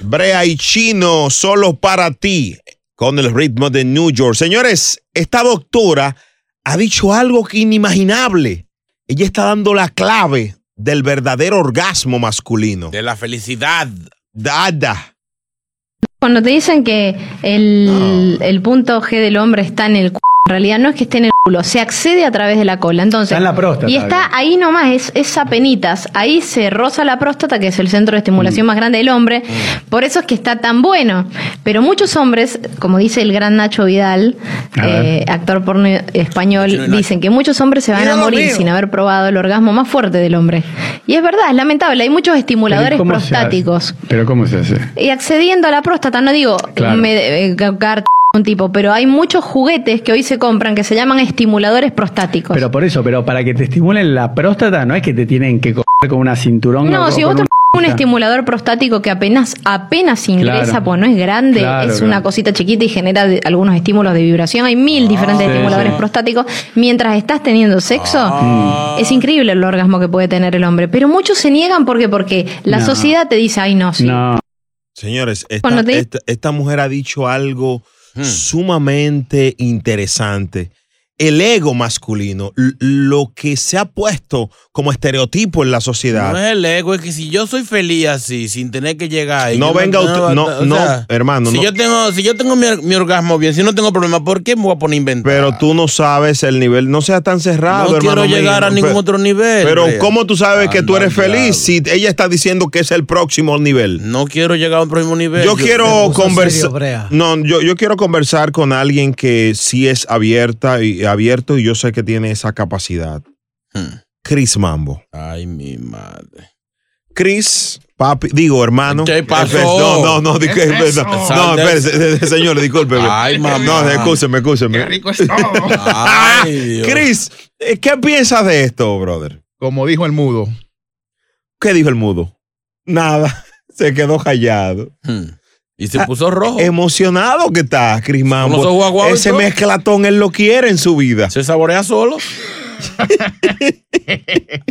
B: Brea y Chino, solo para ti, con el ritmo de New York. Señores, esta doctora ha dicho algo que inimaginable. Ella está dando la clave del verdadero orgasmo masculino.
A: De la felicidad.
B: Dada.
K: Cuando te dicen que el, el punto G del hombre está en el culo, en realidad no es que esté en el culo, se accede a través de la cola. Entonces,
L: Está en la próstata,
K: y está ahí nomás, es, es apenitas. Ahí se roza la próstata, que es el centro de
W: Mm.
K: estimulación más grande del hombre. Por eso es que está tan bueno. Pero muchos hombres, como dice el gran Nacho Vidal,
W: A ver.
K: eh, actor porno
W: Chino y
K: español,
W: Nacho.
K: dicen que muchos hombres se van
W: Mira
K: a
W: lo
K: morir
W: mío.
K: sin haber probado el orgasmo más fuerte del hombre. Y es verdad, es lamentable. Hay muchos
W: Pero ¿y
K: estimuladores
W: cómo se hace?
K: prostáticos.
W: Pero ¿cómo se hace?
K: Y accediendo a la próstata, no digo
W: Claro.
K: me eh, cagar un tipo, pero hay muchos juguetes que hoy se compran que se llaman estimuladores prostáticos.
W: Pero por eso, pero para que te estimulen la próstata no es que te tienen que coger con una cinturón.
K: no,
W: o
K: si
W: con
K: vos te
W: un-
K: un estimulador prostático que apenas apenas ingresa,
W: Claro.
K: pues no es grande,
W: Claro,
K: es
W: claro. Ah,
K: una cosita chiquita y genera de- algunos estímulos de vibración. Hay mil diferentes
W: sí,
K: estimuladores
W: sí.
K: prostáticos. Mientras estás teniendo sexo,
W: Ah.
K: es increíble el orgasmo que puede tener el hombre. Pero muchos se niegan porque porque la
B: No.
K: sociedad te dice, ay no, sí.
B: Señores, esta,
K: Cuando te-
B: esta- esta mujer ha dicho algo
A: Hmm.
B: sumamente interesante. El ego masculino, l- lo que se ha puesto como estereotipo en la
A: No
B: sociedad.
A: es el ego, es que si yo soy feliz así, sin tener que llegar ahí,
B: No
A: yo
B: venga
A: tengo-
B: usted- no,
A: o
B: no, hermano,
A: Si
B: no.
A: yo tengo, si yo tengo mi, mi orgasmo bien, si no tengo problema, ¿por qué me voy a poner a inventar?
B: Pero tú no sabes el nivel, no seas tan cerrado,
A: No
B: Ah, hermano
A: quiero llegar
B: mío.
A: a ningún
B: Pe-
A: otro nivel.
B: Pero
A: Andrea.
B: ¿cómo tú sabes que tú
A: Anda,
B: eres feliz si ella está diciendo que es el próximo nivel?
A: No quiero llegar a un próximo nivel.
B: Yo quiero
A: conversar.
B: conversar. No, yo, yo quiero conversar con alguien que sí es abierta y abierto y yo sé que tiene esa capacidad. Chris Mambo.
A: Hmm. Ay, mi madre.
B: Chris, papi, digo, hermano.
A: ¿Qué pasó?
B: Espe- No, no, no,
A: ¿Qué
B: discu-
A: es
B: no,
A: eso?
B: no, espérese, señor, disculpe.
A: Ay, mamá.
B: No, escúcheme, escúcheme. Chris, eh, ¿qué piensas de esto, brother?
X: Como dijo el mudo.
B: ¿Qué dijo el mudo? Nada, se quedó callado.
A: Hmm.
B: Ah,
A: Y se puso rojo.
B: Emocionado que está, Chris
A: los ojos
B: Mambo.
A: aguados y
B: Ese
A: todo.
B: mezclatón él lo quiere en su vida.
A: Se saborea solo.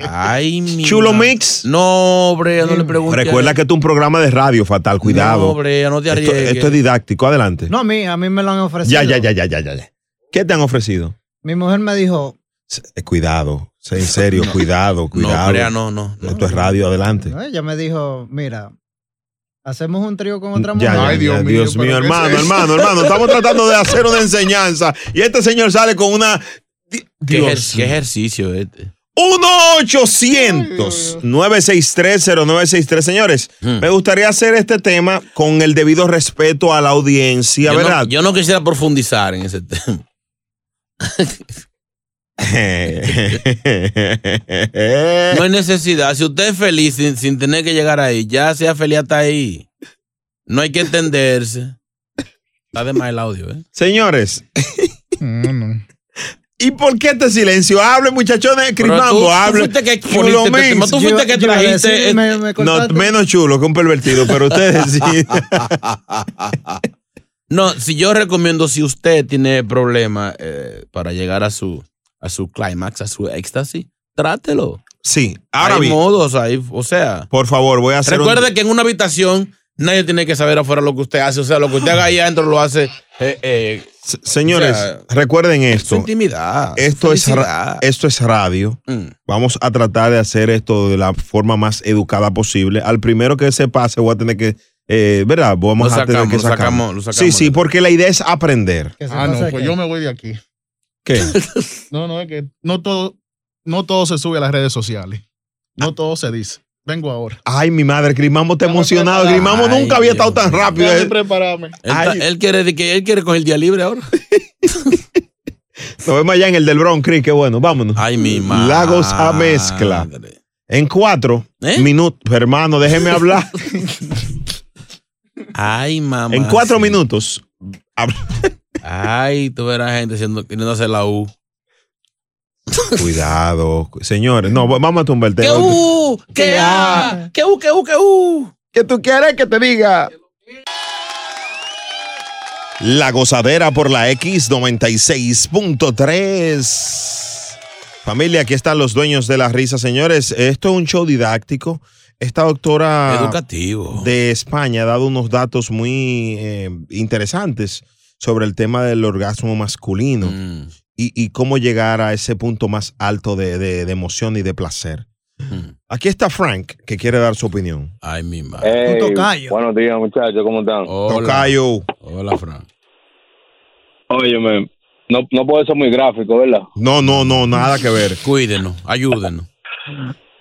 A: Ay, mi
B: Chulo
A: madre.
B: Mix.
A: No, Brea, no le preguntes.
B: Recuerda que esto es un programa de radio, fatal, cuidado.
A: No, Brea, no te
B: esto,
A: arriesgues.
B: esto es didáctico, adelante.
J: No, a mí, a mí me lo han ofrecido.
B: ya, ya, ya, ya, ya, ya. ya. ¿Qué te han ofrecido?
J: Mi mujer me dijo,
B: Eh, cuidado, sé en serio, cuidado, cuidado.
A: Brea, no, no,
B: Esto es radio, adelante.
J: ¿no? ella me dijo, mira, hacemos un trío con otra mujer.
B: Ya, ya, ya, Dios mío, hermano, hermano, hermano, estamos tratando de hacer una enseñanza y este señor sale con una
A: ¿Qué,
B: Dios.
A: ejer- qué ejercicio este?
B: 1-800-963-0963. Señores,
A: Hmm.
B: me gustaría hacer este tema con el debido respeto a la audiencia,
A: yo,
B: ¿verdad?
A: No, yo no quisiera profundizar en ese tema.
B: Eh.
A: No hay necesidad. Si usted es feliz sin, sin tener que llegar ahí, ya sea feliz hasta ahí. No hay que entenderse. Está de más el audio, ¿eh?
B: Señores, ¿Y por qué este silencio? Hable, muchachones,
A: tú-
B: Crismambo,
A: tú
B: hable.
A: fuiste que
B: Chulo
A: poniste este tema,
B: Mix.
A: tú fuiste que Yo- yo iba a trajiste decir, este- me- me
B: No,
A: cortaste.
B: menos chulo que un pervertido, pero ustedes sí.
A: No, si yo recomiendo, si usted tiene problema eh, para llegar a su, a su clímax, a su éxtasis, trátelo.
B: Sí, ahora
A: Hay
B: bien.
A: modos, hay, o sea.
B: Por favor, voy a hacer un-
A: Recuerde que en una habitación nadie tiene que saber afuera lo que usted hace. O sea, lo que usted haga ahí adentro lo hace. eh, eh,
B: Señores,
A: o sea,
B: recuerden esto.
A: su intimidad. Mm.
B: Esto es, ra- esto es radio. Vamos a tratar de hacer esto de la forma más educada posible. Al primero que se pase, voy a tener que. eh, ¿Verdad? Vamos
A: Lo
B: a tener
A: sacamos,
B: que
A: lo
B: sacar.
A: sacamos, lo
B: Sí,
A: sacamos.
B: sí, porque la idea es aprender.
L: Ah, no, pues yo me voy de aquí.
B: ¿Qué?
L: No, no, es que no todo, no todo se sube a las redes sociales.
A: Ah.
L: No todo se dice. Vengo ahora.
B: Ay, mi madre, Grimamo está emocionado.
L: preparado.
B: Grimamo
L: Ay,
B: nunca había estado tan rápido. eh.
L: Déjame prepararme.
A: Él, ta- él quiere, de que- él quiere coger el día libre ahora.
B: Nos vemos allá en el del Bronx, Chris. Qué bueno, vámonos.
A: Ay, mi
B: madre. Lagos a mezcla. En cuatro
A: ¿Eh?
B: minutos, hermano, déjeme hablar.
A: Ay, mamá.
B: en cuatro minutos.
A: Ay, tú verás gente siendo, queriendo hacer la U.
B: Cuidado, señores. No, vamos a tumbar el
A: ¿Qué
B: tema.
A: U? ¿Qué A? ¿Qué U? ¿Qué U? ¿Qué U?
B: ¿Qué tú quieres que te diga? La gozadera por la X96.3. Familia, aquí están los dueños de la risa, señores. Esto es un show didáctico. Esta doctora
A: Educativo.
B: Oh. de España ha dado unos datos muy eh, interesantes sobre el tema del orgasmo masculino y, y cómo llegar a ese punto más alto de, de- de emoción y de placer. Aquí está Frank, que quiere dar su opinión.
A: Ay, mi madre.
V: Hey,
B: Un tocayo.
V: Buenos días, muchachos, ¿cómo están?
B: Tocayo.
A: Hola, Fran.
V: Óyeme, no, no puedo ser muy gráfico, ¿verdad?
B: No, no, no, nada que ver.
A: Cuídenos, ayúdenos.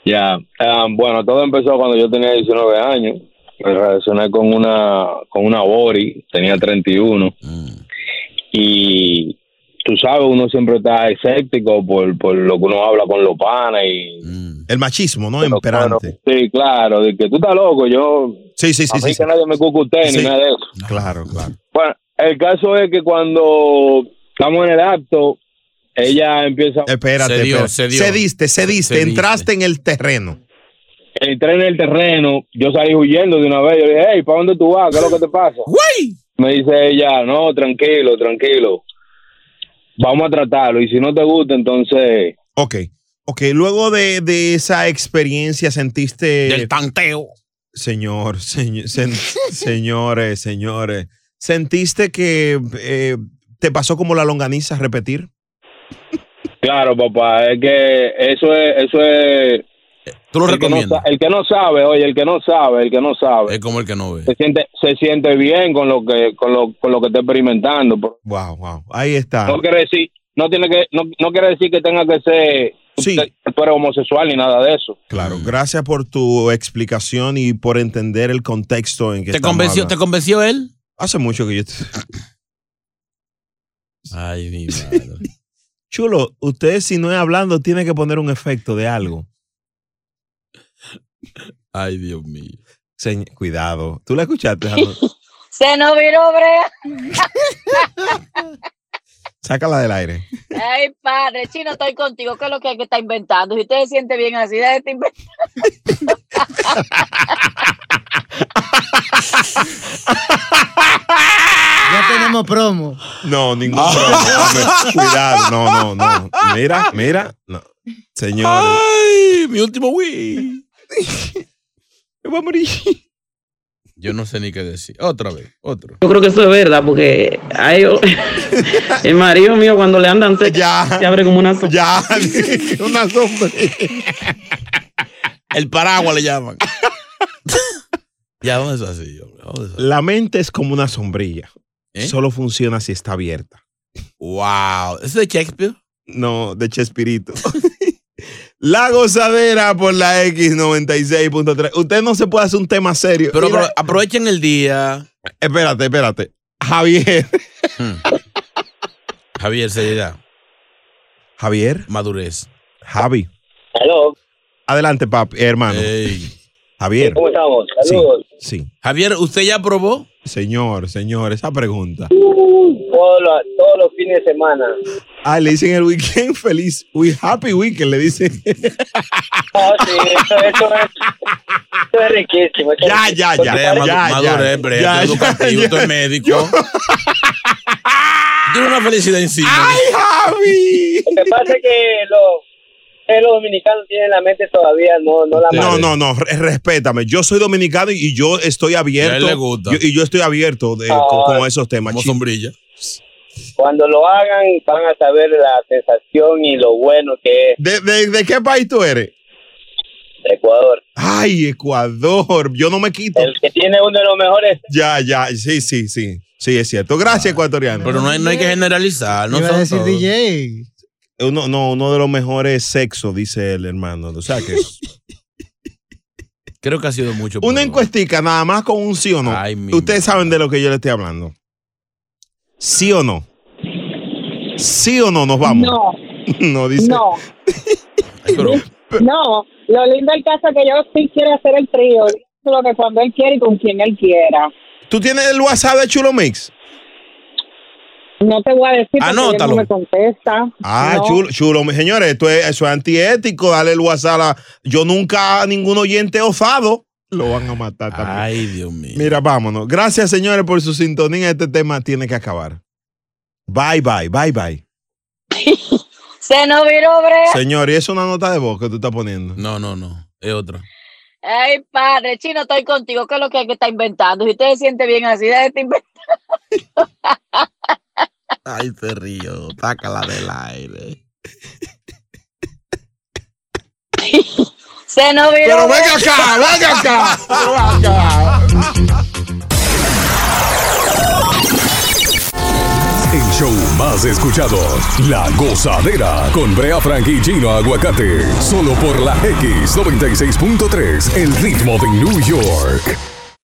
V: Ya, ah, bueno, todo empezó cuando yo tenía 19 años. Me relacioné con una con una Bori, tenía 31.
B: Mm.
V: Y tú sabes, uno siempre está escéptico por, por lo que uno habla con los panas y
B: Mm. El machismo, ¿no? Imperante.
V: Sí, claro, de que tú estás loco, yo...
B: Sí, sí, sí,
V: A mí
B: sí,
V: que nadie me cucute
B: Sí.
V: ni nada de eso.
B: Claro, claro.
V: Bueno, el caso es que cuando estamos en el acto, ella empieza...
B: Espérate, espérate. Cediste, cediste, entraste en el terreno.
V: Entré en el terreno, yo salí huyendo de una vez, yo dije, hey, ¿para dónde tú vas? ¿Qué es lo que te pasa? Me dice ella, no, tranquilo, tranquilo. Vamos a tratarlo y si no te gusta, entonces...
B: Ok, ok. Luego de, de esa experiencia sentiste... Del
A: tanteo.
B: Señor, señor, sen- señores, señores. ¿Sentiste que eh, te pasó como la longaniza repetir?
V: Claro, papá, es que eso es, eso es.
A: Tú lo
V: el que, no,
A: recomiendas.
V: sa- el que no sabe, oye, el que no sabe, el que no sabe.
A: Es como el que no ve.
V: Se siente, se siente bien con lo que, con lo, con lo que está experimentando. pero
B: Wow, wow. Ahí está.
V: No quiere decir, no tiene que, no, no quiere decir que tenga que ser tú eres homosexual ni nada de eso.
B: Claro, gracias por tu explicación y por entender el contexto en que
A: ¿Te
B: estamos
A: convenció, ¿Te
B: hablando.
A: convenció él?
B: Hace mucho que yo...
A: Ay, mi madre.
B: Chulo, usted si no es hablando tiene que poner un efecto de algo.
A: Ay, Dios mío.
B: cuidado. ¿Tú la escuchaste? Jano?
Y: Se nos viró brea.
B: Sácala del aire.
Y: Ay, padre, chino, estoy contigo. ¿Qué es lo que hay que estar inventando? Si usted se siente bien así, déjate de inventar.
J: Ya tenemos promo.
B: No, ningún
A: Ah.
B: problema. Hombre, Cuidado, no, no, no. Mira, mira. No. Señores.
A: Ay, mi último Wii.
B: Me voy a morir.
A: Yo no sé ni qué decir. Otra vez, otro.
X: Yo creo que eso es verdad, porque a ellos- el marido mío cuando le andan se, se abre como una sombra.
B: Ya, una sombra.
A: El paraguas le llaman. ya, vamos a eso así. hombre, vamos a eso.
B: La mente es como una sombrilla. Solo funciona si está abierta.
A: Wow. ¿Es de Shakespeare?
B: No, de Chespirito. la gozadera por la X96.3. Usted no se puede hacer un tema serio.
A: Pero apro- aprovechen el día.
B: Espérate, espérate. Javier.
A: Javier, seriedad.
B: Javier.
A: Madurez.
B: Javi.
V: Hello.
B: Adelante, papi, eh, hermano. Javier.
J: ¿Cómo estamos?
B: Sí,
J: Saludos.
B: sí.
A: Javier, ¿usted ya probó?
B: Señor, señor, esa pregunta.
J: Todos los, todos los fines de semana.
B: Ah, le dicen el weekend feliz. We happy weekend, le dicen.
J: No, sí, esto, esto es, esto es riquísimo. esto es
B: Ya, ya,
J: riquísimo.
B: ya.
A: Brea, madu-
B: ya,
A: madurez, Brea,
B: ya,
A: esto es
B: ya,
A: educativo,
B: ya.
A: esto es médico. Tiene una felicidad encima.
B: Javi!
J: Lo que pasa es que los, que los dominicanos tienen la mente todavía, no, no la
B: No,
J: madre.
B: no, no, re- respétame. Yo soy dominicano y yo estoy abierto.
A: le gusta.
B: Yo- y yo estoy abierto de-
J: Ah.
B: con, con esos temas.
A: Como
B: chico.
A: sombrilla.
J: Cuando lo hagan, van a saber la sensación y lo bueno que es
B: ¿De, de, de qué país tú eres?
J: de Ecuador.
B: Ay, Ecuador. Yo no me quito.
J: El que tiene uno de los mejores.
B: Ya, ya. Sí, sí, sí. Sí, es cierto. Gracias, ecuatoriano.
A: Pero no hay, no hay que generalizar. No
B: Iba a
A: son
B: decir
A: todos.
B: DJ. Uno, no, uno de los mejores sexos, dice el hermano. O sea que.
A: Creo que ha sido mucho.
B: Una encuestica nada más con un sí o no. Ustedes saben de lo que yo le estoy hablando. ¿Sí o no? ¿Sí o no nos vamos?
Z: No.
B: no dice.
Z: No. No, lo lindo del caso es que yo sí quiero hacer el trío, solo que cuando él quiere y con quien él quiera.
B: ¿Tú tienes el WhatsApp de Chulo Mix?
Z: No te voy a decir porque ella
B: Anótalo.
Z: no me contesta.
B: Ah,
Z: No.
B: chulo, chulo, Mix. señores, esto es, eso es antiético, dale el WhatsApp a... Yo nunca a ningún oyente osado lo van a matar también.
A: Ay, Dios mío.
B: Mira, vámonos. Gracias, señores, por su sintonía. Este tema tiene que acabar. Bye, bye, bye, bye.
Y: Se nos viró, Brea.
B: Señor, ¿y es una nota de voz que tú estás poniendo?
A: No, no, no. Es otra.
Y: Ay, padre, chino, estoy contigo. ¿Qué es lo que hay que estar inventando? Si usted se siente bien así, déjate de inventar.
A: Ay, te río. Tácala del aire.
Y: Se nos viró.
B: Pero
Y: Brea.
B: venga acá, venga acá. Pero venga acá.
C: El show más escuchado, La Gozadera, con Brea Frank y Gino Aguacate, solo por la X96.3, el ritmo de New York.